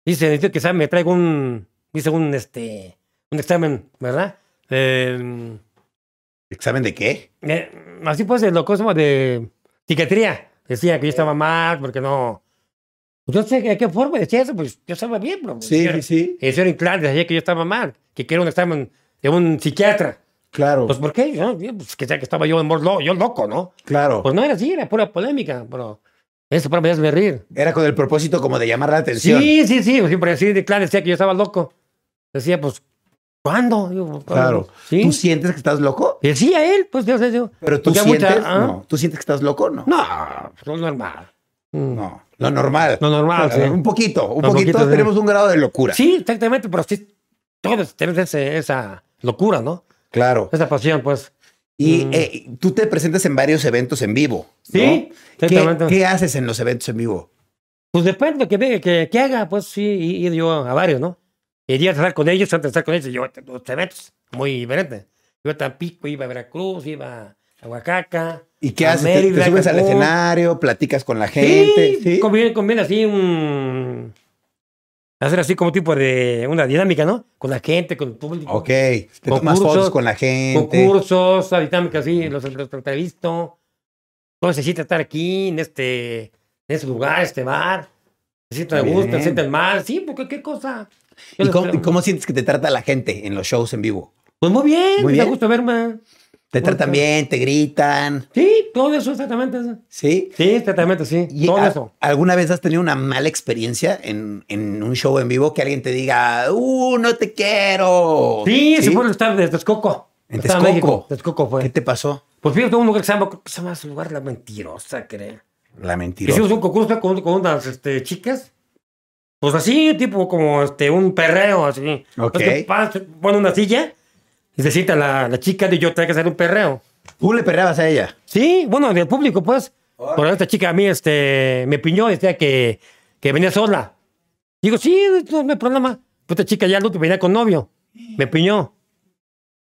[SPEAKER 1] Dice, dice que ¿sabe? me traigo un. Dice un este. Un examen, ¿verdad? Eh,
[SPEAKER 2] ¿Examen de qué?
[SPEAKER 1] eh, así pues, de lo cosmo de psiquiatría. Decía que yo estaba mal, porque no. Pues no sé de qué forma decía eso, pues yo estaba bien, bro. Decía-
[SPEAKER 2] sí,
[SPEAKER 1] el señor Inclán decía que yo estaba mal, que quiero un examen de un psiquiatra.
[SPEAKER 2] claro,
[SPEAKER 1] Pues, ¿por qué? Yo, yo, pues, que sea que estaba yo, en lo- yo loco, ¿no?
[SPEAKER 2] claro.
[SPEAKER 1] Pues no era así, era pura polémica, pero eso para me hace reír.
[SPEAKER 2] Era con el propósito como de llamar la atención.
[SPEAKER 1] Sí, sí, sí, pues, sí, porque sí, Inclán decía que yo estaba loco. Decía, pues, ¿cuándo? Digo, pues,
[SPEAKER 2] Claro.
[SPEAKER 1] Sí.
[SPEAKER 2] ¿Tú sientes que estás loco?
[SPEAKER 1] Decía él, pues, yo sé, yo.
[SPEAKER 2] Pero tú
[SPEAKER 1] Porque hay
[SPEAKER 2] sientes,
[SPEAKER 1] mucha- ¿ah?
[SPEAKER 2] no. ¿Tú sientes que estás loco? No.
[SPEAKER 1] No, pues, lo normal. Mm.
[SPEAKER 2] No. Lo normal.
[SPEAKER 1] Lo normal, Ah, sí.
[SPEAKER 2] Un poquito, un,
[SPEAKER 1] Un
[SPEAKER 2] poquito.
[SPEAKER 1] poquito,
[SPEAKER 2] Todos
[SPEAKER 1] sí.
[SPEAKER 2] tenemos un grado de locura.
[SPEAKER 1] Sí, exactamente, pero sí, todos tenemos ese- esa locura, ¿no?
[SPEAKER 2] Claro.
[SPEAKER 1] Esa pasión, pues.
[SPEAKER 2] Y
[SPEAKER 1] Mm.
[SPEAKER 2] eh, tú te presentas en varios eventos en vivo. ¿no?
[SPEAKER 1] Sí,
[SPEAKER 2] ¿Qué,
[SPEAKER 1] exactamente.
[SPEAKER 2] qué haces en los eventos en vivo?
[SPEAKER 1] Pues depende que, ve- que, que haga, pues sí, i- ir yo a varios, ¿no? Iría a tratar con ellos, antes de estar con ellos, yo a los eventos, muy diferente. Yo a Tampico, iba a Veracruz, iba a Oaxaca.
[SPEAKER 2] ¿Y qué
[SPEAKER 1] a
[SPEAKER 2] haces? ¿Te- ¿Te,
[SPEAKER 1] Mérida,
[SPEAKER 2] subes al
[SPEAKER 1] Cancún.
[SPEAKER 2] escenario? ¿Platicas con la gente?
[SPEAKER 1] Sí, conviene, conviene así un... Hacer así como tipo de una dinámica, ¿no? Con la gente, con el público.
[SPEAKER 2] Ok. Te tomas
[SPEAKER 1] Concursos,
[SPEAKER 2] fotos con la gente.
[SPEAKER 1] Concursos, la dinámica así, los, los entrevisto. No necesita estar aquí, en este, en este lugar, este bar. Se sientan a
[SPEAKER 2] Bien.
[SPEAKER 1] gusto, se sientan mal. Sí, porque qué cosa. Yo
[SPEAKER 2] ¿Y
[SPEAKER 1] les-
[SPEAKER 2] cómo, y cómo sientes que te trata la gente en los shows en vivo?
[SPEAKER 1] Pues muy bien,
[SPEAKER 2] Muy
[SPEAKER 1] me da
[SPEAKER 2] bien.
[SPEAKER 1] gusto verme.
[SPEAKER 2] ¿Te
[SPEAKER 1] Bueno,
[SPEAKER 2] tratan
[SPEAKER 1] claro.
[SPEAKER 2] bien? ¿Te gritan?
[SPEAKER 1] Sí, todo eso exactamente. eso.
[SPEAKER 2] ¿Sí?
[SPEAKER 1] Sí, exactamente, sí.
[SPEAKER 2] ¿Y
[SPEAKER 1] todo
[SPEAKER 2] a-
[SPEAKER 1] eso.
[SPEAKER 2] ¿Alguna vez has tenido una mala experiencia en, en un show en vivo que alguien te diga, uh, no te quiero?
[SPEAKER 1] Sí, se fue el estado de Texcoco.
[SPEAKER 2] ¿En
[SPEAKER 1] Estaba
[SPEAKER 2] Texcoco?
[SPEAKER 1] México, Texcoco
[SPEAKER 2] ¿Qué
[SPEAKER 1] fue.
[SPEAKER 2] te pasó?
[SPEAKER 1] Pues fíjate, un lugar que se llama, creo que se llama ese lugar La Mentirosa, creo.
[SPEAKER 2] La mentira.
[SPEAKER 1] Hicimos un concurso con, con unas este, chicas. Pues así, tipo como este, un perreo, así.
[SPEAKER 2] Ok.
[SPEAKER 1] Es que pa- se pone una silla y se sienta la, la chica y yo tengo que hacer un perreo.
[SPEAKER 2] Tú le perreabas a ella.
[SPEAKER 1] Sí, bueno, del público, pues. Pero esta chica a mí este, me piñó, decía que, que venía sola. Digo, sí, no, no hay problema. Pues esta chica ya que venía con novio. Me piñó.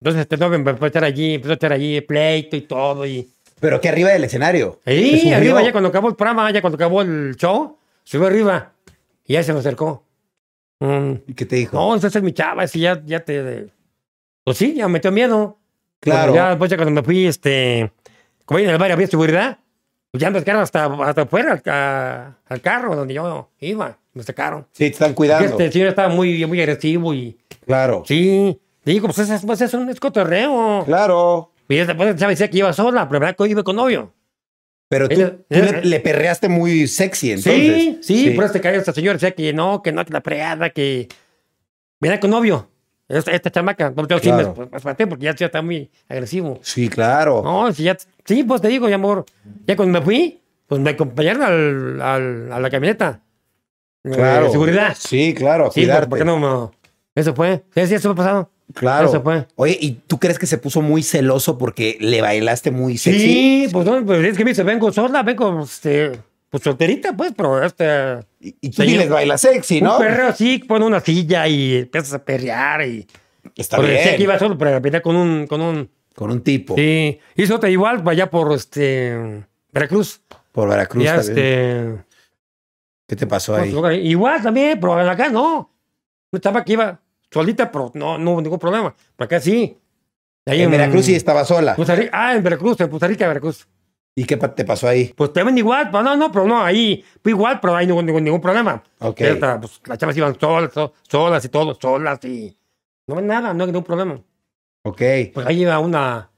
[SPEAKER 1] Entonces este novio empezó a estar allí, empezó a estar allí, pleito y todo. Y,
[SPEAKER 2] Pero que arriba del escenario. ¿Te
[SPEAKER 1] Ahí,
[SPEAKER 2] subió?
[SPEAKER 1] arriba, ya cuando acabó el programa, ya cuando acabó el show, subió arriba y ya se me acercó. Mm,
[SPEAKER 2] ¿Y ¿Qué te dijo?
[SPEAKER 1] no, esa es mi chava, es que ya, ya te. Pues sí, ya me metió miedo.
[SPEAKER 2] Claro.
[SPEAKER 1] Cuando Ya después, ya cuando me fui, este. Como ahí en el bar había seguridad, pues ya me sacaron hasta, hasta afuera a- al carro donde yo iba. Me sacaron.
[SPEAKER 2] Sí, te están
[SPEAKER 1] Porque
[SPEAKER 2] cuidando.
[SPEAKER 1] Este señor estaba muy, muy agresivo y.
[SPEAKER 2] Claro.
[SPEAKER 1] Sí. Digo, pues es, pues es un escotorreo.
[SPEAKER 2] Claro.
[SPEAKER 1] Y después ya me decía que iba sola, pero verdad que iba con novio.
[SPEAKER 2] Pero tú,
[SPEAKER 1] Ella-
[SPEAKER 2] tú
[SPEAKER 1] ella-
[SPEAKER 2] le, le perreaste muy sexy, entonces.
[SPEAKER 1] sí, sí, por eso te cae esta señora. Decía que no, que no, que la preada, que. Mira con novio. Esta, esta chamaca. No, yo sí me-
[SPEAKER 2] Claro.
[SPEAKER 1] me, espanté porque ya, ya está muy agresivo.
[SPEAKER 2] Sí, claro.
[SPEAKER 1] No, si ya. Sí, pues te digo, mi amor. Ya cuando me fui, pues me acompañaron al, al- a la camioneta. Eh,
[SPEAKER 2] claro.
[SPEAKER 1] de seguridad.
[SPEAKER 2] Sí, claro. a
[SPEAKER 1] Sí,
[SPEAKER 2] cuidarte.
[SPEAKER 1] porque no, no. Eso fue. Sí, sí, eso fue pasado.
[SPEAKER 2] Claro.
[SPEAKER 1] Eso fue.
[SPEAKER 2] Oye, ¿y tú crees que se puso muy celoso porque le bailaste muy
[SPEAKER 1] Sí,
[SPEAKER 2] sexy?
[SPEAKER 1] pues no, pues es que me dice, vengo sola, vengo, este, pues solterita, pues, pero este.
[SPEAKER 2] Y, y tú
[SPEAKER 1] Sí.
[SPEAKER 2] ni les bailas sexy, ¿no?
[SPEAKER 1] Un perro así, pone una silla y empiezas a perrear y.
[SPEAKER 2] Está
[SPEAKER 1] Porque decía
[SPEAKER 2] bien.
[SPEAKER 1] que iba solo, pero venía con un, con un,
[SPEAKER 2] con un tipo
[SPEAKER 1] Sí, hizo otra igual pues, allá por este Veracruz.
[SPEAKER 2] por Veracruz.
[SPEAKER 1] Ya,
[SPEAKER 2] también.
[SPEAKER 1] este,
[SPEAKER 2] ¿Qué te pasó ahí?
[SPEAKER 1] otro lugar. Igual también, pero acá no. Yo estaba que iba solita, pero no, no hubo ningún problema. Pero acá sí. Ahí
[SPEAKER 2] En Veracruz sí estaba sola.
[SPEAKER 1] Costa Rica- ah, en Veracruz, en Costa Rica, Veracruz.
[SPEAKER 2] ¿Y qué pa- te pasó ahí?
[SPEAKER 1] Pues también igual, pero no, no, pero no, ahí fue igual, pero ahí no hubo ningún, ningún problema.
[SPEAKER 2] Ok.
[SPEAKER 1] Esta, pues, las chavas iban solas, so- solas y todo, solas y... No nada, no hay ningún problema.
[SPEAKER 2] Ok.
[SPEAKER 1] Pues ahí iba una...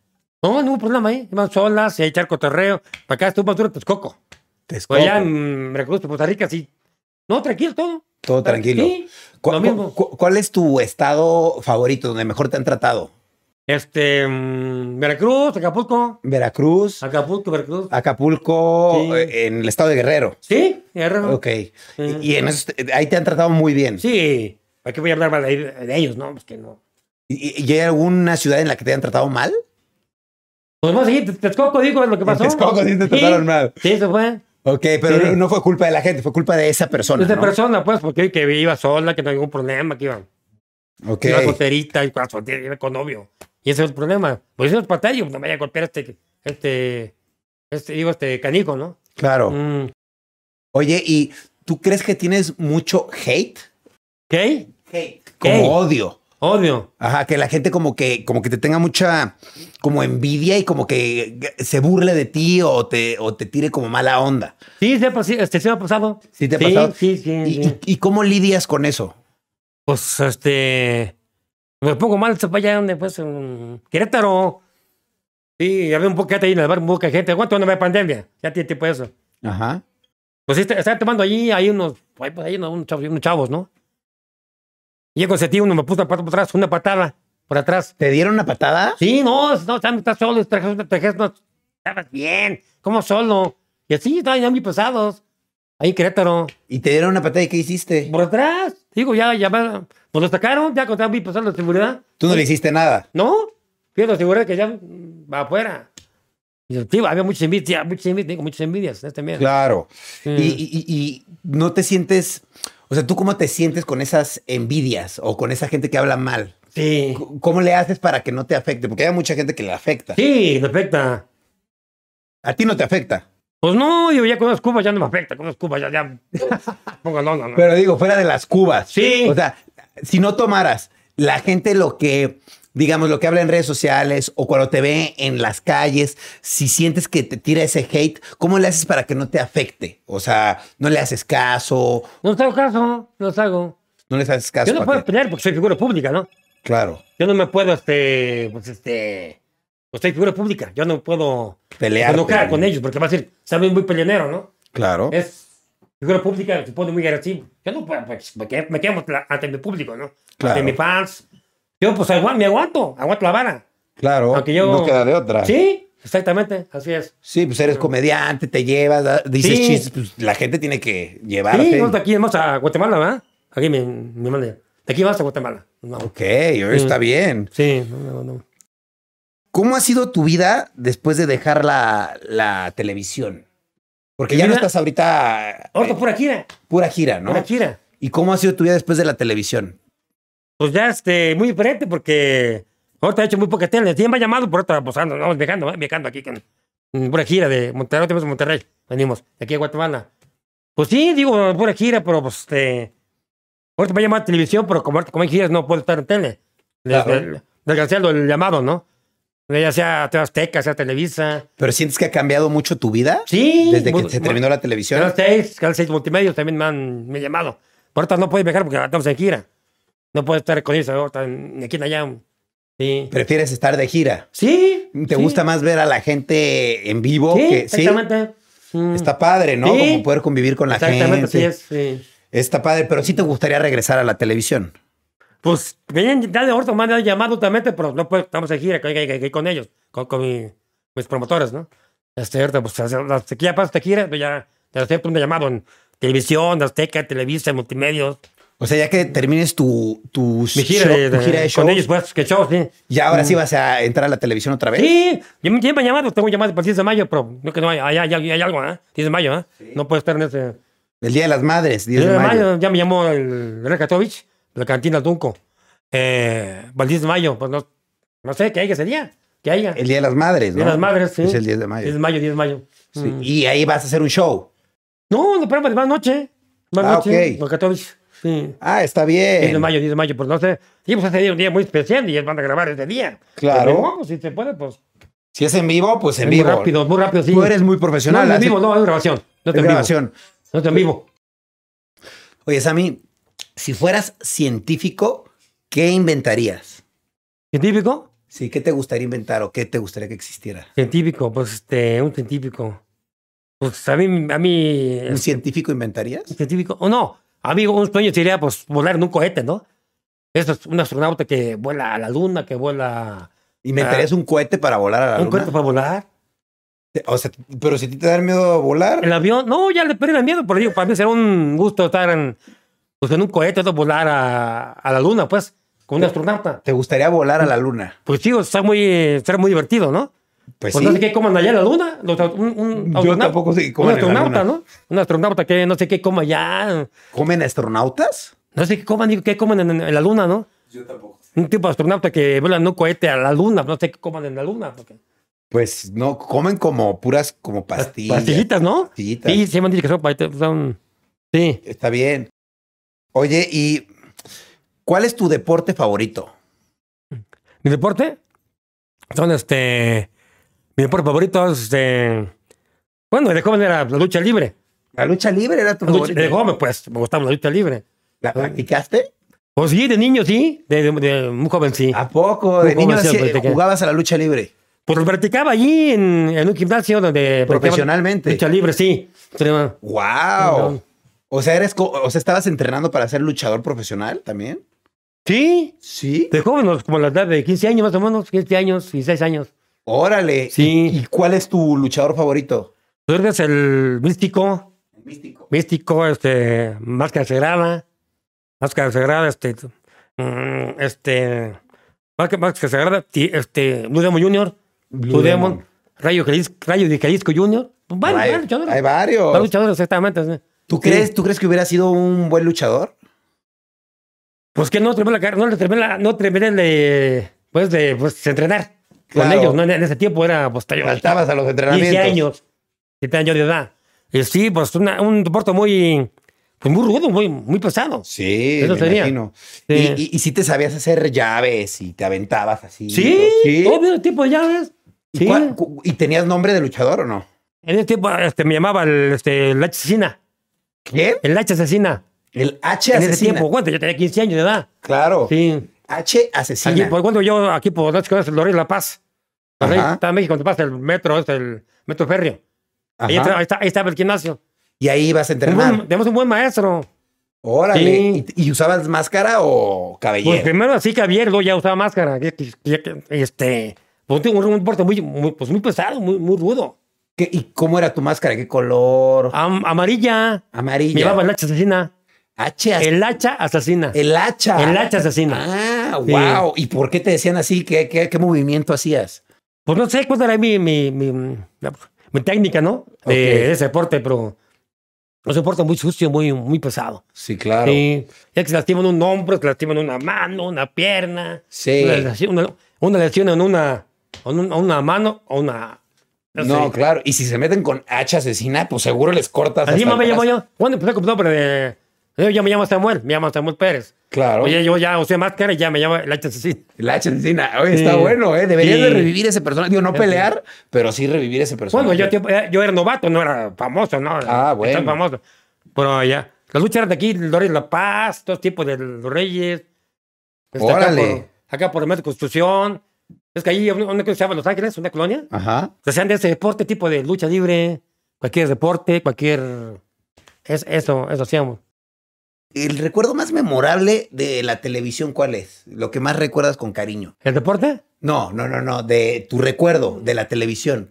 [SPEAKER 1] No, ningún problema, ¿eh? Iban solas y a echar cotorreo. Para acá estuvo más duro Texcoco.
[SPEAKER 2] Texcoco.
[SPEAKER 1] Pues allá en Veracruz, pues, Costa Rica, sí. No, tranquilo todo.
[SPEAKER 2] Todo tranquilo.
[SPEAKER 1] Sí,
[SPEAKER 2] ¿Cu-
[SPEAKER 1] lo
[SPEAKER 2] cu-
[SPEAKER 1] mismo.
[SPEAKER 2] cu- ¿Cuál es tu estado favorito donde mejor te han tratado?
[SPEAKER 1] Este, mm, Veracruz, Acapulco.
[SPEAKER 2] Veracruz,
[SPEAKER 1] Acapulco,
[SPEAKER 2] Ah.
[SPEAKER 1] Veracruz.
[SPEAKER 2] Acapulco,
[SPEAKER 1] Sí.
[SPEAKER 2] eh, en el estado de Guerrero.
[SPEAKER 1] Sí, Guerrero.
[SPEAKER 2] Ok. Y, y en esos- ahí te han tratado muy bien.
[SPEAKER 1] Sí, ¿para qué voy a hablar mal de, de ellos? No, pues que no.
[SPEAKER 2] ¿Y, y hay alguna ciudad en la que te han tratado mal?
[SPEAKER 1] Pues vamos a seguir, Te- Texcoco, digo, es lo que pasó.
[SPEAKER 2] En Texcoco sí te trataron mal.
[SPEAKER 1] Sí, eso fue.
[SPEAKER 2] Ok, pero
[SPEAKER 1] Sí.
[SPEAKER 2] no- no fue culpa de la gente, fue culpa de esa persona.
[SPEAKER 1] Esa
[SPEAKER 2] ¿no?
[SPEAKER 1] persona, pues, porque que iba sola, que no había ningún problema, que iba,
[SPEAKER 2] Ok.
[SPEAKER 1] que iba solterita, y con soltera, iba con novio. Y ese es el problema. Pues eso es patallo, no me vaya a golpear este, este, este, digo, este canijo, ¿no?
[SPEAKER 2] Claro.
[SPEAKER 1] Mm,
[SPEAKER 2] Oye, ¿y tú crees que tienes mucho hate?
[SPEAKER 1] ¿Qué?
[SPEAKER 2] Hate. Como
[SPEAKER 1] Hate.
[SPEAKER 2] odio.
[SPEAKER 1] Odio.
[SPEAKER 2] Ajá, que la gente como que, como que te tenga mucha como envidia y como que se burle de ti o te, o te tire como mala onda.
[SPEAKER 1] Sí, se ha, pas- este, se me ha pasado.
[SPEAKER 2] ¿Sí te ha
[SPEAKER 1] sí,
[SPEAKER 2] pasado?
[SPEAKER 1] Sí, sí,
[SPEAKER 2] ¿Y,
[SPEAKER 1] sí.
[SPEAKER 2] y- y cómo lidias con eso?
[SPEAKER 1] Pues, este... Me pongo mal, se para allá donde, pues, en Querétaro. Sí, había un poquete ahí en el bar, mucha gente. ¿Cuánto no había pandemia? Ya tiene tiempo eso.
[SPEAKER 2] Ajá.
[SPEAKER 1] Pues sí, te- estaba tomando allí, hay unos, ahí, pues, ahí unos, unos chavos, unos chavos, ¿no? Y yo consentí uno, me puso una pata por atrás, una patada por atrás.
[SPEAKER 2] ¿Te dieron una patada?
[SPEAKER 1] Sí, no, no, estás, estás solo, trajes, trajes, no, estabas bien, como solo. Y así, estaban ya muy pesados. Ahí en Querétaro.
[SPEAKER 2] ¿Y te dieron una patada y qué hiciste?
[SPEAKER 1] Por atrás, digo, ya, ya, me- pues los sacaron, ya contaban muy pesados la seguridad.
[SPEAKER 2] Tú no le hiciste nada.
[SPEAKER 1] No, fíjate, la seguridad que ya mm, va afuera. Y, tío, había muchas envidias, muchas envidias, digo, muchas envidias en este mes.
[SPEAKER 2] Claro.
[SPEAKER 1] Sí.
[SPEAKER 2] Y, y- y- y no te sientes, o sea, ¿tú cómo te sientes con esas envidias o con esa gente que habla mal?
[SPEAKER 1] Sí.
[SPEAKER 2] C- ¿Cómo le haces para que no te afecte? Porque hay mucha gente que le afecta.
[SPEAKER 1] Sí, me afecta.
[SPEAKER 2] A ti no te afecta.
[SPEAKER 1] Pues no, digo, ya con las cubas ya no me afecta, con las cubas ya, ya. Pongo no, no, no.
[SPEAKER 2] Pero digo, fuera de las cubas.
[SPEAKER 1] Sí.
[SPEAKER 2] O sea, si no tomaras, la gente lo que, digamos, lo que habla en redes sociales o cuando te ve en las calles, si sientes que te tira ese hate, ¿cómo le haces para que no te afecte? O sea, no le haces caso,
[SPEAKER 1] No te hago caso, no te hago.
[SPEAKER 2] no les haces caso.
[SPEAKER 1] Yo no
[SPEAKER 2] ¿para
[SPEAKER 1] puedo
[SPEAKER 2] qué?
[SPEAKER 1] pelear porque soy figura pública, ¿no?
[SPEAKER 2] Claro,
[SPEAKER 1] Yo no me puedo, este, pues este, pues soy figura pública. Yo no puedo
[SPEAKER 2] pelear.
[SPEAKER 1] enojar con ellos porque va a ser, saben, muy peleonero, ¿no?
[SPEAKER 2] Claro.
[SPEAKER 1] Es figura pública, se pone muy agresivo. Yo no puedo, pues, me que- me quemo la- ante mi público, ¿no?
[SPEAKER 2] Claro.
[SPEAKER 1] Ante mis fans. Yo, pues, agua- me aguanto, aguanto la vara.
[SPEAKER 2] Claro,
[SPEAKER 1] Aunque yo-
[SPEAKER 2] no queda de otra.
[SPEAKER 1] Sí, exactamente, así es.
[SPEAKER 2] Sí, pues eres comediante, te llevas, da- dices
[SPEAKER 1] Sí.
[SPEAKER 2] chistes, pues la gente tiene que llevarte.
[SPEAKER 1] Sí, vamos de aquí vamos a Guatemala, ¿verdad? Aquí mi, mi madre. De aquí vas a Guatemala. No.
[SPEAKER 2] Ok, está
[SPEAKER 1] Mm.
[SPEAKER 2] bien.
[SPEAKER 1] Sí, no, no, no.
[SPEAKER 2] ¿Cómo ha sido tu vida después de dejar la, la televisión? Porque
[SPEAKER 1] Mi
[SPEAKER 2] ya no
[SPEAKER 1] vida-
[SPEAKER 2] estás ahorita eh,
[SPEAKER 1] Ahorita pura gira,
[SPEAKER 2] pura gira, ¿no?
[SPEAKER 1] pura gira.
[SPEAKER 2] ¿Y cómo ha sido tu vida después de la televisión?
[SPEAKER 1] Pues ya, este, muy diferente porque ahorita he hecho muy poca tele. Sí, me ha llamado por otra, pues ando, vamos viajando, ¿verdad? viajando aquí con mm, pura gira de Monterrey, tenemos Monterrey, venimos, de aquí a Guatemala. Pues sí, digo, pura gira, pero pues este, ahorita me ha llamado a televisión, pero como, ahorita como hay giras no puedo estar en tele. Des-
[SPEAKER 2] Claro.
[SPEAKER 1] des- Desgraciado el llamado, ¿no? Ya sea TV Azteca, sea Televisa.
[SPEAKER 2] ¿Pero sientes que ha cambiado mucho tu vida?
[SPEAKER 1] Sí.
[SPEAKER 2] Desde que
[SPEAKER 1] mu-
[SPEAKER 2] se
[SPEAKER 1] mu-
[SPEAKER 2] terminó la televisión.
[SPEAKER 1] Canal 6, Canal 6 Multimedios también me han, me han llamado. Por ahorita no puedes viajar porque estamos en gira. No puedes estar con ellos ahorita, ni aquí ni allá. Sí.
[SPEAKER 2] ¿Prefieres estar de gira?
[SPEAKER 1] Sí.
[SPEAKER 2] ¿Te gusta más ver a la gente en vivo?
[SPEAKER 1] Sí,
[SPEAKER 2] que, sí.
[SPEAKER 1] exactamente. Mm,
[SPEAKER 2] Está padre, ¿no?
[SPEAKER 1] Sí.
[SPEAKER 2] Como poder convivir con la
[SPEAKER 1] Exactamente, así
[SPEAKER 2] gente.
[SPEAKER 1] es. sí.
[SPEAKER 2] Está padre, pero sí te gustaría regresar a la televisión.
[SPEAKER 1] Pues, venían ya de ahorita, me han llamado totalmente, pero no puedes, estamos en gira que- que- que- que con ellos, con, con mi- mis promotores, ¿no? Este, ahorita, pues, hace- hasta que ya pasa esta gira, pues, ya, ya acepto un llamado en televisión, Azteca, Televisa, Multimedios.
[SPEAKER 2] O sea, ya que termines tu, tu,
[SPEAKER 1] Mi gira,
[SPEAKER 2] show-
[SPEAKER 1] de,
[SPEAKER 2] tu
[SPEAKER 1] de-
[SPEAKER 2] gira de
[SPEAKER 1] Con
[SPEAKER 2] shows,
[SPEAKER 1] ellos, pues, que show, sí.
[SPEAKER 2] ya ahora sí vas a entrar a la televisión otra vez.
[SPEAKER 1] Sí, yo me llevo llamado, tengo llamado para el 10 de mayo, pero no que no hay, hay, hay, hay algo, ¿eh? 10 de mayo, ¿eh? No puedo estar en ese.
[SPEAKER 2] El Día de las Madres, 10
[SPEAKER 1] 10
[SPEAKER 2] de mayo.
[SPEAKER 1] ya me llamó el Rekatovich, la cantina Tunco. Eh, para el 10 de mayo, pues no, no sé qué hay ese día. que haya.
[SPEAKER 2] El Día de las Madres,
[SPEAKER 1] de
[SPEAKER 2] ¿no?
[SPEAKER 1] las madres, sí.
[SPEAKER 2] Es el 10 de mayo.
[SPEAKER 1] 10 de mayo, 10 de mayo.
[SPEAKER 2] Sí,
[SPEAKER 1] Mm.
[SPEAKER 2] Y ahí vas a hacer un show.
[SPEAKER 1] No, no, pero más más noche. Más
[SPEAKER 2] Ah,
[SPEAKER 1] noche.
[SPEAKER 2] ok.
[SPEAKER 1] Los 14. Sí.
[SPEAKER 2] Ah, está
[SPEAKER 1] 10 de
[SPEAKER 2] bien.
[SPEAKER 1] mayo, 10 de mayo, pues no sé. Sí, pues ese día es un día muy especial y ellos van a grabar ese día.
[SPEAKER 2] Claro.
[SPEAKER 1] Pero, bueno, si se puede, pues.
[SPEAKER 2] Si es en vivo, pues en
[SPEAKER 1] es
[SPEAKER 2] vivo.
[SPEAKER 1] Muy rápido, muy rápido, sí.
[SPEAKER 2] Tú eres muy
[SPEAKER 1] no,
[SPEAKER 2] profesional.
[SPEAKER 1] no es en
[SPEAKER 2] haces-
[SPEAKER 1] vivo, no, es grabación. No es en
[SPEAKER 2] es
[SPEAKER 1] vivo.
[SPEAKER 2] grabación.
[SPEAKER 1] No es en vivo.
[SPEAKER 2] Oye, Sammy, si fueras científico, ¿qué inventarías?
[SPEAKER 1] ¿Científico?
[SPEAKER 2] Sí, ¿qué te gustaría inventar o qué te gustaría que existiera?
[SPEAKER 1] Científico, pues este, un científico. Pues a mí, a mí.
[SPEAKER 2] ¿Un científico inventarías?
[SPEAKER 1] un científico. O no, amigo, un sueño sería pues volar en un cohete, ¿no? Eso es un astronauta que vuela a la luna, que vuela.
[SPEAKER 2] ¿Inventarías un cohete para volar a la
[SPEAKER 1] Ah. un cohete
[SPEAKER 2] luna?
[SPEAKER 1] para volar.
[SPEAKER 2] O sea, pero si a ti te da miedo volar,
[SPEAKER 1] El avión, no, ya le perdí el miedo, pero digo, para mí será un gusto estar en, pues, en un cohete, otro volar a, a la luna, pues, con un astronauta.
[SPEAKER 2] ¿te gustaría volar a la luna?
[SPEAKER 1] Pues sí, está muy, eh, será muy divertido, ¿no?
[SPEAKER 2] Pues
[SPEAKER 1] Pues no sé
[SPEAKER 2] sí.
[SPEAKER 1] qué coman allá en la luna. los au- un, un
[SPEAKER 2] Yo
[SPEAKER 1] astronauta-
[SPEAKER 2] tampoco sé qué
[SPEAKER 1] Un
[SPEAKER 2] coman en la
[SPEAKER 1] astronauta,
[SPEAKER 2] luna.
[SPEAKER 1] ¿no? Un astronauta que no sé qué coma allá.
[SPEAKER 2] ¿Comen astronautas?
[SPEAKER 1] No sé qué coman, digo, qué coman en, en la luna, ¿no?
[SPEAKER 2] Yo tampoco.
[SPEAKER 1] Un tipo de astronauta que vuela en un cohete a la luna, no sé qué coman en la luna. porque-
[SPEAKER 2] Pues no, comen como puras, como pastillas.
[SPEAKER 1] Pastillitas, ¿no?
[SPEAKER 2] Pastillitas.
[SPEAKER 1] Sí, sí, me han dicho que son, pa- son- Sí.
[SPEAKER 2] Está bien. Oye, ¿y cuál es tu deporte favorito?
[SPEAKER 1] Mi deporte son este. Mi deporte favorito es este. Bueno, de joven era la lucha libre.
[SPEAKER 2] La lucha libre era tu
[SPEAKER 1] La lucha-
[SPEAKER 2] favorito.
[SPEAKER 1] de joven, pues, me gustaba la lucha libre.
[SPEAKER 2] ¿La practicaste?
[SPEAKER 1] Pues sí, de niño sí, de, de- de muy joven sí.
[SPEAKER 2] ¿A poco? De
[SPEAKER 1] ¿Cómo
[SPEAKER 2] niño
[SPEAKER 1] hacías
[SPEAKER 2] hacía-
[SPEAKER 1] para practicar?
[SPEAKER 2] jugabas a la lucha libre.
[SPEAKER 1] Pues lo practicaba allí en, en un gimnasio donde. practicaban
[SPEAKER 2] Profesionalmente.
[SPEAKER 1] Lucha libre, sí. Tenía-
[SPEAKER 2] ¡Wow!
[SPEAKER 1] Perdón.
[SPEAKER 2] O sea, eres co- o sea, estabas entrenando para ser luchador profesional también.
[SPEAKER 1] Sí,
[SPEAKER 2] Sí.
[SPEAKER 1] de joven, los- como a la edad de 15 años más o menos, 15 años, 16 años.
[SPEAKER 2] Órale.
[SPEAKER 1] Sí.
[SPEAKER 2] ¿Y, y cuál es tu luchador favorito?
[SPEAKER 1] Tú eres el místico,
[SPEAKER 2] Místico.
[SPEAKER 1] místico, este, máscara sagrada, máscara sagrada, este, mm, este, máscara, máscara sagrada, ti- este, Blue Demon Junior, Blue, Demon, Rayo, Jalisco, Rayo de Jalisco Junior, pues varios, varios luchadores,
[SPEAKER 2] Hay varios.
[SPEAKER 1] varios luchadores, exactamente. sí.
[SPEAKER 2] ¿Tú,
[SPEAKER 1] Sí.
[SPEAKER 2] crees, ¿Tú crees que hubiera sido un buen luchador?
[SPEAKER 1] Pues que no terminé la carrera, no le terminé, la- no terminé de, pues, de, pues, entrenar
[SPEAKER 2] Claro.
[SPEAKER 1] con ellos, ¿no? En, en ese tiempo era, pues, te-
[SPEAKER 2] Faltabas a los
[SPEAKER 1] 15
[SPEAKER 2] entrenamientos.
[SPEAKER 1] años, 7 años de edad. Y sí, pues, una- un deporte muy, pues, muy rudo, muy, muy pesado.
[SPEAKER 2] Sí,
[SPEAKER 1] Eso
[SPEAKER 2] me
[SPEAKER 1] sería.
[SPEAKER 2] imagino.
[SPEAKER 1] Sí.
[SPEAKER 2] Y, y- y si te sabías hacer llaves y te aventabas así.
[SPEAKER 1] Sí,
[SPEAKER 2] pues, Sí.
[SPEAKER 1] obvio, tipo de llaves.
[SPEAKER 2] ¿Y,
[SPEAKER 1] Sí.
[SPEAKER 2] cuál- cu- y tenías nombre de luchador o no?
[SPEAKER 1] En ese tiempo este, me llamaba el, este, el H asesina.
[SPEAKER 2] ¿Quién?
[SPEAKER 1] El H asesina.
[SPEAKER 2] El H
[SPEAKER 1] En ese
[SPEAKER 2] asesina.
[SPEAKER 1] tiempo, ¿cuánto? Yo tenía 15 años de edad.
[SPEAKER 2] Claro.
[SPEAKER 1] Sí.
[SPEAKER 2] H asesina.
[SPEAKER 1] Aquí, por cuando yo, aquí por las ciudades, Loreto La Paz. Por ahí
[SPEAKER 2] Ajá.
[SPEAKER 1] está México, donde pasa el metro, es el metro férreo.
[SPEAKER 2] Ajá.
[SPEAKER 1] Ahí, entra- ahí está, ahí estaba el gimnasio.
[SPEAKER 2] Y ahí ibas a
[SPEAKER 1] Tenemos
[SPEAKER 2] entrenar.
[SPEAKER 1] un, tenemos un buen maestro.
[SPEAKER 2] Órale.
[SPEAKER 1] Sí.
[SPEAKER 2] ¿Y, y usabas máscara o
[SPEAKER 1] Pues
[SPEAKER 2] cabellera?
[SPEAKER 1] primero así que Javier, luego ya usaba máscara. que- que- que- Este, pues un, un deporte muy, muy, pues muy pesado, muy, muy rudo.
[SPEAKER 2] ¿Qué- ¿Y cómo era tu máscara? ¿Qué color?
[SPEAKER 1] Am- amarilla.
[SPEAKER 2] Amarilla.
[SPEAKER 1] Ah, Llevaba el hacha asesina.
[SPEAKER 2] H as- el,
[SPEAKER 1] El hacha asesina.
[SPEAKER 2] Eh, hacha.
[SPEAKER 1] El hacha asesina.
[SPEAKER 2] Ah,
[SPEAKER 1] Sí.
[SPEAKER 2] wow. ¿Y por qué te decían así? ¿Qué, qué, qué movimiento hacías?
[SPEAKER 1] Pues no sé cuál era mi, mi, mi, mi técnica, ¿no? De,
[SPEAKER 2] Ok.
[SPEAKER 1] de ese deporte, pero es un deporte muy sucio, muy, muy pesado.
[SPEAKER 2] Sí, claro.
[SPEAKER 1] Sí. Ya que se lastiman un hombro, se lastiman una mano, una pierna.
[SPEAKER 2] Sí.
[SPEAKER 1] Una, lesión, una, una lesión en una, en un- una mano o una...
[SPEAKER 2] No,
[SPEAKER 1] sé.
[SPEAKER 2] claro. Y si se meten con H asesina, pues seguro les cortas.
[SPEAKER 1] Así
[SPEAKER 2] hasta
[SPEAKER 1] me
[SPEAKER 2] el
[SPEAKER 1] llamo
[SPEAKER 2] brazo.
[SPEAKER 1] yo. pues, Cuando empecé con nombre de... eh, Yo ya me llamo Samuel, me llamo Samuel Pérez.
[SPEAKER 2] Claro. Pues,
[SPEAKER 1] Oye, yo ya usé máscara y ya me llamo el hacha asesina.
[SPEAKER 2] El H asesina. Oye, está
[SPEAKER 1] Sí.
[SPEAKER 2] bueno, ¿eh? Deberías
[SPEAKER 1] Sí.
[SPEAKER 2] de revivir ese personaje. Digo, no pelear, pero sí revivir ese personaje.
[SPEAKER 1] Bueno, yo, tiempo- eh, yo era novato, no era famoso, ¿no?
[SPEAKER 2] Ah, bueno.
[SPEAKER 1] Tan famoso. Pero ya. Las luchas eran de aquí, Lores La Paz, todo tipo de los Reyes. Está
[SPEAKER 2] Órale.
[SPEAKER 1] Acá por, acá por el Metro Constitución. Es que ahí, una que se llama Los Ángeles, una colonia,
[SPEAKER 2] Ajá.
[SPEAKER 1] se hacían de ese deporte, tipo de lucha libre, cualquier deporte, cualquier. Es, eso, eso hacíamos.
[SPEAKER 2] El recuerdo más memorable de la televisión, ¿cuál es? Lo que más recuerdas con cariño.
[SPEAKER 1] ¿El deporte?
[SPEAKER 2] No, no, no, no, de tu recuerdo de la televisión.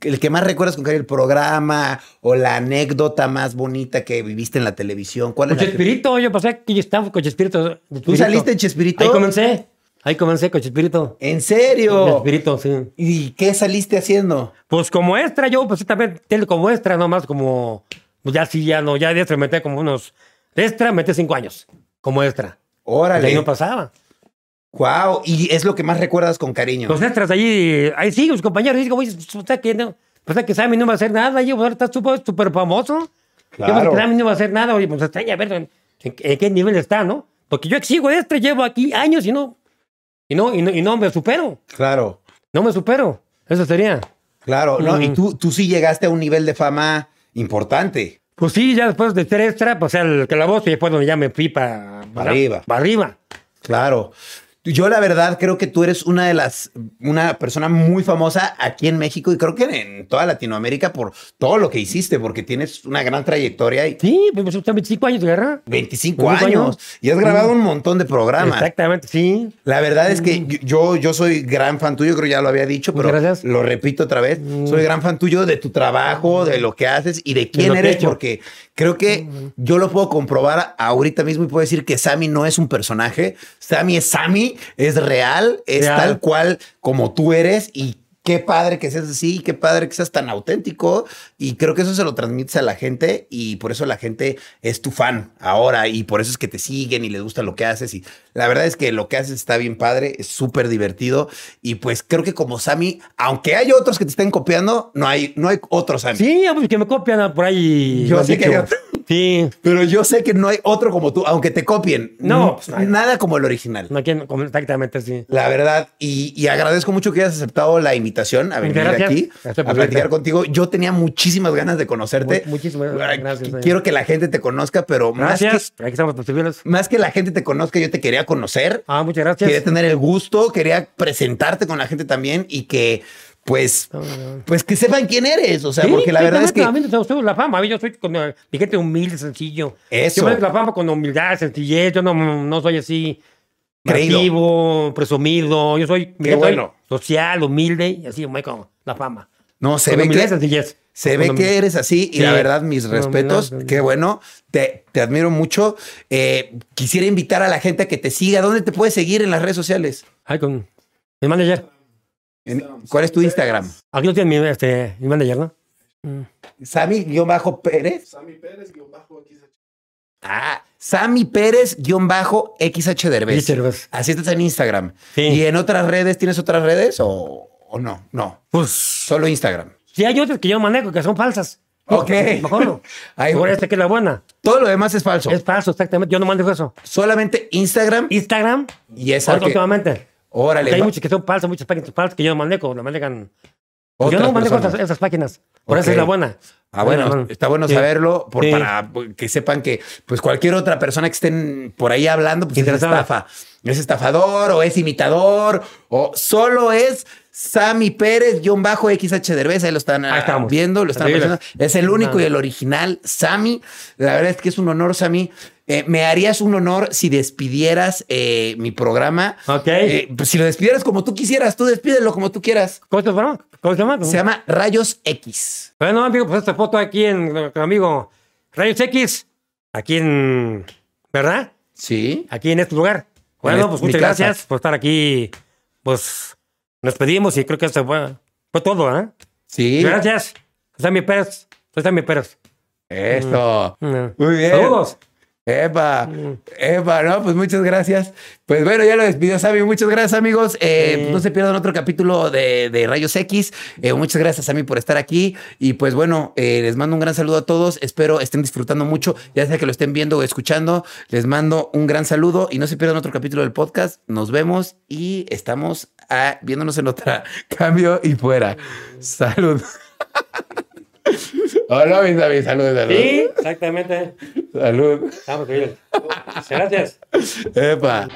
[SPEAKER 2] El que más recuerdas con cariño, el programa o la anécdota más bonita que viviste en la televisión. ¿Cuál
[SPEAKER 1] Con
[SPEAKER 2] es? la que-
[SPEAKER 1] Chespirito, yo pasé que yo estaba con Chespirito.
[SPEAKER 2] ¿Tú
[SPEAKER 1] Chespirito.
[SPEAKER 2] saliste en Chespirito?
[SPEAKER 1] Ahí comencé. Ahí comencé con Chespirito.
[SPEAKER 2] ¿En serio?
[SPEAKER 1] Chespirito, sí.
[SPEAKER 2] ¿Y qué saliste haciendo?
[SPEAKER 1] Pues como extra, yo pues también tele como extra, nomás como, pues ya sí, ya no, ya de extra metí como unos, de extra metí cinco años como extra. Y
[SPEAKER 2] Órale.
[SPEAKER 1] no pasaba.
[SPEAKER 2] Wow, y es lo que más recuerdas con cariño.
[SPEAKER 1] Los extras de allí, ahí sí, los compañeros, dicen, güey, o sea que, no, o sea que Sammy no va a hacer nada, allí, ahora está súper súper famoso. Yo creo que Sammy no va a hacer nada, oye, pues extraña a ver en, en- en qué nivel está, ¿no? Porque yo exijo esto, llevo aquí años y no, y no, y no, y no me supero,
[SPEAKER 2] claro,
[SPEAKER 1] no me supero. Eso sería.
[SPEAKER 2] claro. No,
[SPEAKER 1] Mm.
[SPEAKER 2] y tú, tú sí llegaste a un nivel de fama importante.
[SPEAKER 1] Pues sí, ya después de ser extra, pues al calabozo y después donde ya me fui para
[SPEAKER 2] Para arriba.
[SPEAKER 1] Para arriba.
[SPEAKER 2] Claro. Yo la verdad creo que tú eres una de las, una persona muy famosa aquí en México y creo que en toda Latinoamérica por todo lo que hiciste, porque tienes una gran trayectoria y
[SPEAKER 1] Sí, pues son 25 años de guerra.
[SPEAKER 2] 25
[SPEAKER 1] 25
[SPEAKER 2] años,
[SPEAKER 1] años.
[SPEAKER 2] y has grabado un montón de programas.
[SPEAKER 1] Exactamente, sí.
[SPEAKER 2] La verdad es que yo, yo soy gran fan tuyo, creo que ya lo había dicho, pero
[SPEAKER 1] Muchas Mm. gracias. Mm.
[SPEAKER 2] lo repito otra vez. Soy gran fan tuyo de tu trabajo, de lo que haces y de quién
[SPEAKER 1] lo que he
[SPEAKER 2] eres,
[SPEAKER 1] hecho. Mm.
[SPEAKER 2] porque creo que yo lo puedo comprobar ahorita mismo y puedo decir que Sammy no es un personaje. Sammy es Sammy, es real, es
[SPEAKER 1] Real.
[SPEAKER 2] tal cual como tú eres y qué padre que seas así, qué padre que seas tan auténtico y creo que eso se lo transmites a la gente y por eso la gente es tu fan ahora y por eso es que te siguen y les gusta lo que haces y la verdad es que lo que haces está bien padre, es súper divertido y pues creo que como Sammy, aunque hay otros que te estén copiando, no hay no hay otro Sammy.
[SPEAKER 1] Sí, pues que me copian por ahí.
[SPEAKER 2] Yo
[SPEAKER 1] lo han
[SPEAKER 2] sé que
[SPEAKER 1] dicho.
[SPEAKER 2] hay otro.
[SPEAKER 1] Sí.
[SPEAKER 2] Pero yo sé que no hay otro como tú, aunque te copien.
[SPEAKER 1] No,
[SPEAKER 2] N-
[SPEAKER 1] pues, ay.
[SPEAKER 2] nada como el original.
[SPEAKER 1] No, aquí no, como exactamente, sí.
[SPEAKER 2] La verdad, y, y agradezco mucho que hayas aceptado la invitación a venir
[SPEAKER 1] Gracias.
[SPEAKER 2] aquí
[SPEAKER 1] Gracias
[SPEAKER 2] a
[SPEAKER 1] por
[SPEAKER 2] platicar
[SPEAKER 1] venir.
[SPEAKER 2] contigo. Yo tenía muchísimas ganas de conocerte.
[SPEAKER 1] Mu- muchísimas
[SPEAKER 2] Ay,
[SPEAKER 1] gracias,
[SPEAKER 2] qu-
[SPEAKER 1] señor.
[SPEAKER 2] Quiero que la gente te conozca, pero más que,
[SPEAKER 1] Gracias. Aquí estamos para servirles.
[SPEAKER 2] más que la gente te conozca, yo te quería conocer.
[SPEAKER 1] Ah, muchas
[SPEAKER 2] Quería
[SPEAKER 1] gracias.
[SPEAKER 2] tener el gusto, quería presentarte con la gente también y que, pues,
[SPEAKER 1] No, no.
[SPEAKER 2] pues que sepan quién eres. O sea,
[SPEAKER 1] Ah, Sí,
[SPEAKER 2] porque la verdad es
[SPEAKER 1] exactamente,
[SPEAKER 2] que
[SPEAKER 1] a mí no se me sube la fama. A mí yo soy con eh, mi gente humilde, sencillo.
[SPEAKER 2] Eso.
[SPEAKER 1] Yo veo la fama con humildad, sencillez. Yo no, no soy así
[SPEAKER 2] Creído.
[SPEAKER 1] masivo, presumido. Yo soy, mi
[SPEAKER 2] Qué
[SPEAKER 1] gente soy
[SPEAKER 2] bueno.
[SPEAKER 1] social, humilde y así, güey, con la fama.
[SPEAKER 2] no se
[SPEAKER 1] Con
[SPEAKER 2] ve
[SPEAKER 1] humildad,
[SPEAKER 2] que
[SPEAKER 1] sencillez.
[SPEAKER 2] Se
[SPEAKER 1] Con
[SPEAKER 2] ve
[SPEAKER 1] humildad.
[SPEAKER 2] que eres así y
[SPEAKER 1] Sí.
[SPEAKER 2] la verdad, mis
[SPEAKER 1] No,
[SPEAKER 2] respetos.
[SPEAKER 1] no, no, no.
[SPEAKER 2] Qué bueno. Te, te admiro mucho. Eh, quisiera invitar a la gente a que te siga. ¿Dónde te puedes seguir en las redes sociales?
[SPEAKER 1] Ay, con mi manager.
[SPEAKER 2] En- ¿Cuál es tu Instagram?
[SPEAKER 1] Aquí lo tiene mi, este, mi manager, ¿no? Mm.
[SPEAKER 2] Sammy-Pérez.
[SPEAKER 3] Sammy Pérez, guión bajo, XH.
[SPEAKER 2] Ah, Sammy Pérez-XH
[SPEAKER 1] Sí,
[SPEAKER 2] Derbez.
[SPEAKER 1] Derbez.
[SPEAKER 2] Así estás en Instagram.
[SPEAKER 1] Sí.
[SPEAKER 2] ¿Y en otras redes? ¿Tienes otras redes o, o no? No,
[SPEAKER 1] Pues
[SPEAKER 2] solo Instagram.
[SPEAKER 1] Sí, hay otras que yo manejo que son falsas.
[SPEAKER 2] Ok.
[SPEAKER 1] Mejor no.
[SPEAKER 2] Ahí-
[SPEAKER 1] Ahora esta que es la buena.
[SPEAKER 2] Todo lo demás es falso.
[SPEAKER 1] Es falso, exactamente. Yo no manejo eso.
[SPEAKER 2] Solamente Instagram
[SPEAKER 1] Instagram,
[SPEAKER 2] y es
[SPEAKER 1] ahora
[SPEAKER 2] algo.
[SPEAKER 1] últimamente.
[SPEAKER 2] Órale,
[SPEAKER 1] Hay
[SPEAKER 2] va-
[SPEAKER 1] muchas que son falsas, muchas páginas falsas que yo no manejo, la manejan. Yo
[SPEAKER 2] otras
[SPEAKER 1] no manejo
[SPEAKER 2] personas.
[SPEAKER 1] esas, esas páginas. Por eso
[SPEAKER 2] Ok.
[SPEAKER 1] es la buena.
[SPEAKER 2] Ah, bueno,
[SPEAKER 1] Bueno,
[SPEAKER 2] está bueno
[SPEAKER 1] sí.
[SPEAKER 2] saberlo por,
[SPEAKER 1] Sí.
[SPEAKER 2] para que sepan que pues cualquier otra persona que estén por ahí hablando, pues es
[SPEAKER 1] Interesada.
[SPEAKER 2] estafa. Es estafador o es imitador o solo es Sammy Pérez-XH Derbez. Ahí lo están ah,
[SPEAKER 1] Ahí estamos.
[SPEAKER 2] viendo, lo están
[SPEAKER 1] Así es.
[SPEAKER 2] apreciando. Es el único y el original Sammy. La verdad es que es un honor, Sammy. Eh, me harías un honor si despidieras eh, mi programa.
[SPEAKER 1] Ok.
[SPEAKER 2] Eh, pues, si lo despidieras como tú quisieras, tú despídelo como tú quieras.
[SPEAKER 1] ¿Cómo se llama? ¿Cómo se llama?
[SPEAKER 2] Se llama Rayos X.
[SPEAKER 1] Bueno, amigo, pues esta foto aquí en con amigo Rayos X, aquí en. ¿Verdad?
[SPEAKER 2] Sí.
[SPEAKER 1] Aquí en este lugar.
[SPEAKER 2] En
[SPEAKER 1] Bueno,
[SPEAKER 2] este-
[SPEAKER 1] pues
[SPEAKER 2] mi
[SPEAKER 1] muchas
[SPEAKER 2] casa.
[SPEAKER 1] gracias por estar aquí. Pues nos pedimos y creo que eso fue, fue todo, ¿verdad?
[SPEAKER 2] Sí.
[SPEAKER 1] Gracias. Sammy Pérez. Soy Sammy Pérez.
[SPEAKER 2] Eso.
[SPEAKER 1] Mm.
[SPEAKER 2] Muy bien.
[SPEAKER 1] Saludos.
[SPEAKER 2] Epa,
[SPEAKER 1] Mm.
[SPEAKER 2] Epa, no, pues muchas gracias. Pues bueno, ya lo despidió Sammy. Muchas gracias, amigos. Eh,
[SPEAKER 1] Sí.
[SPEAKER 2] No se pierdan otro capítulo de, de Rayos X. Eh, muchas gracias, Sammy, por estar aquí. Y pues bueno, eh, les mando un gran saludo a todos. Espero estén disfrutando mucho, ya sea que lo estén viendo o escuchando. Les mando un gran saludo y no se pierdan otro capítulo del podcast. Nos vemos y estamos ah, viéndonos en otra. Cambio y fuera. Salud. Hola, mis amigos. Salud, salud.
[SPEAKER 1] Sí, exactamente. Ah,
[SPEAKER 2] Salud.
[SPEAKER 1] Vamos, Miguel. Gracias.
[SPEAKER 2] Epa.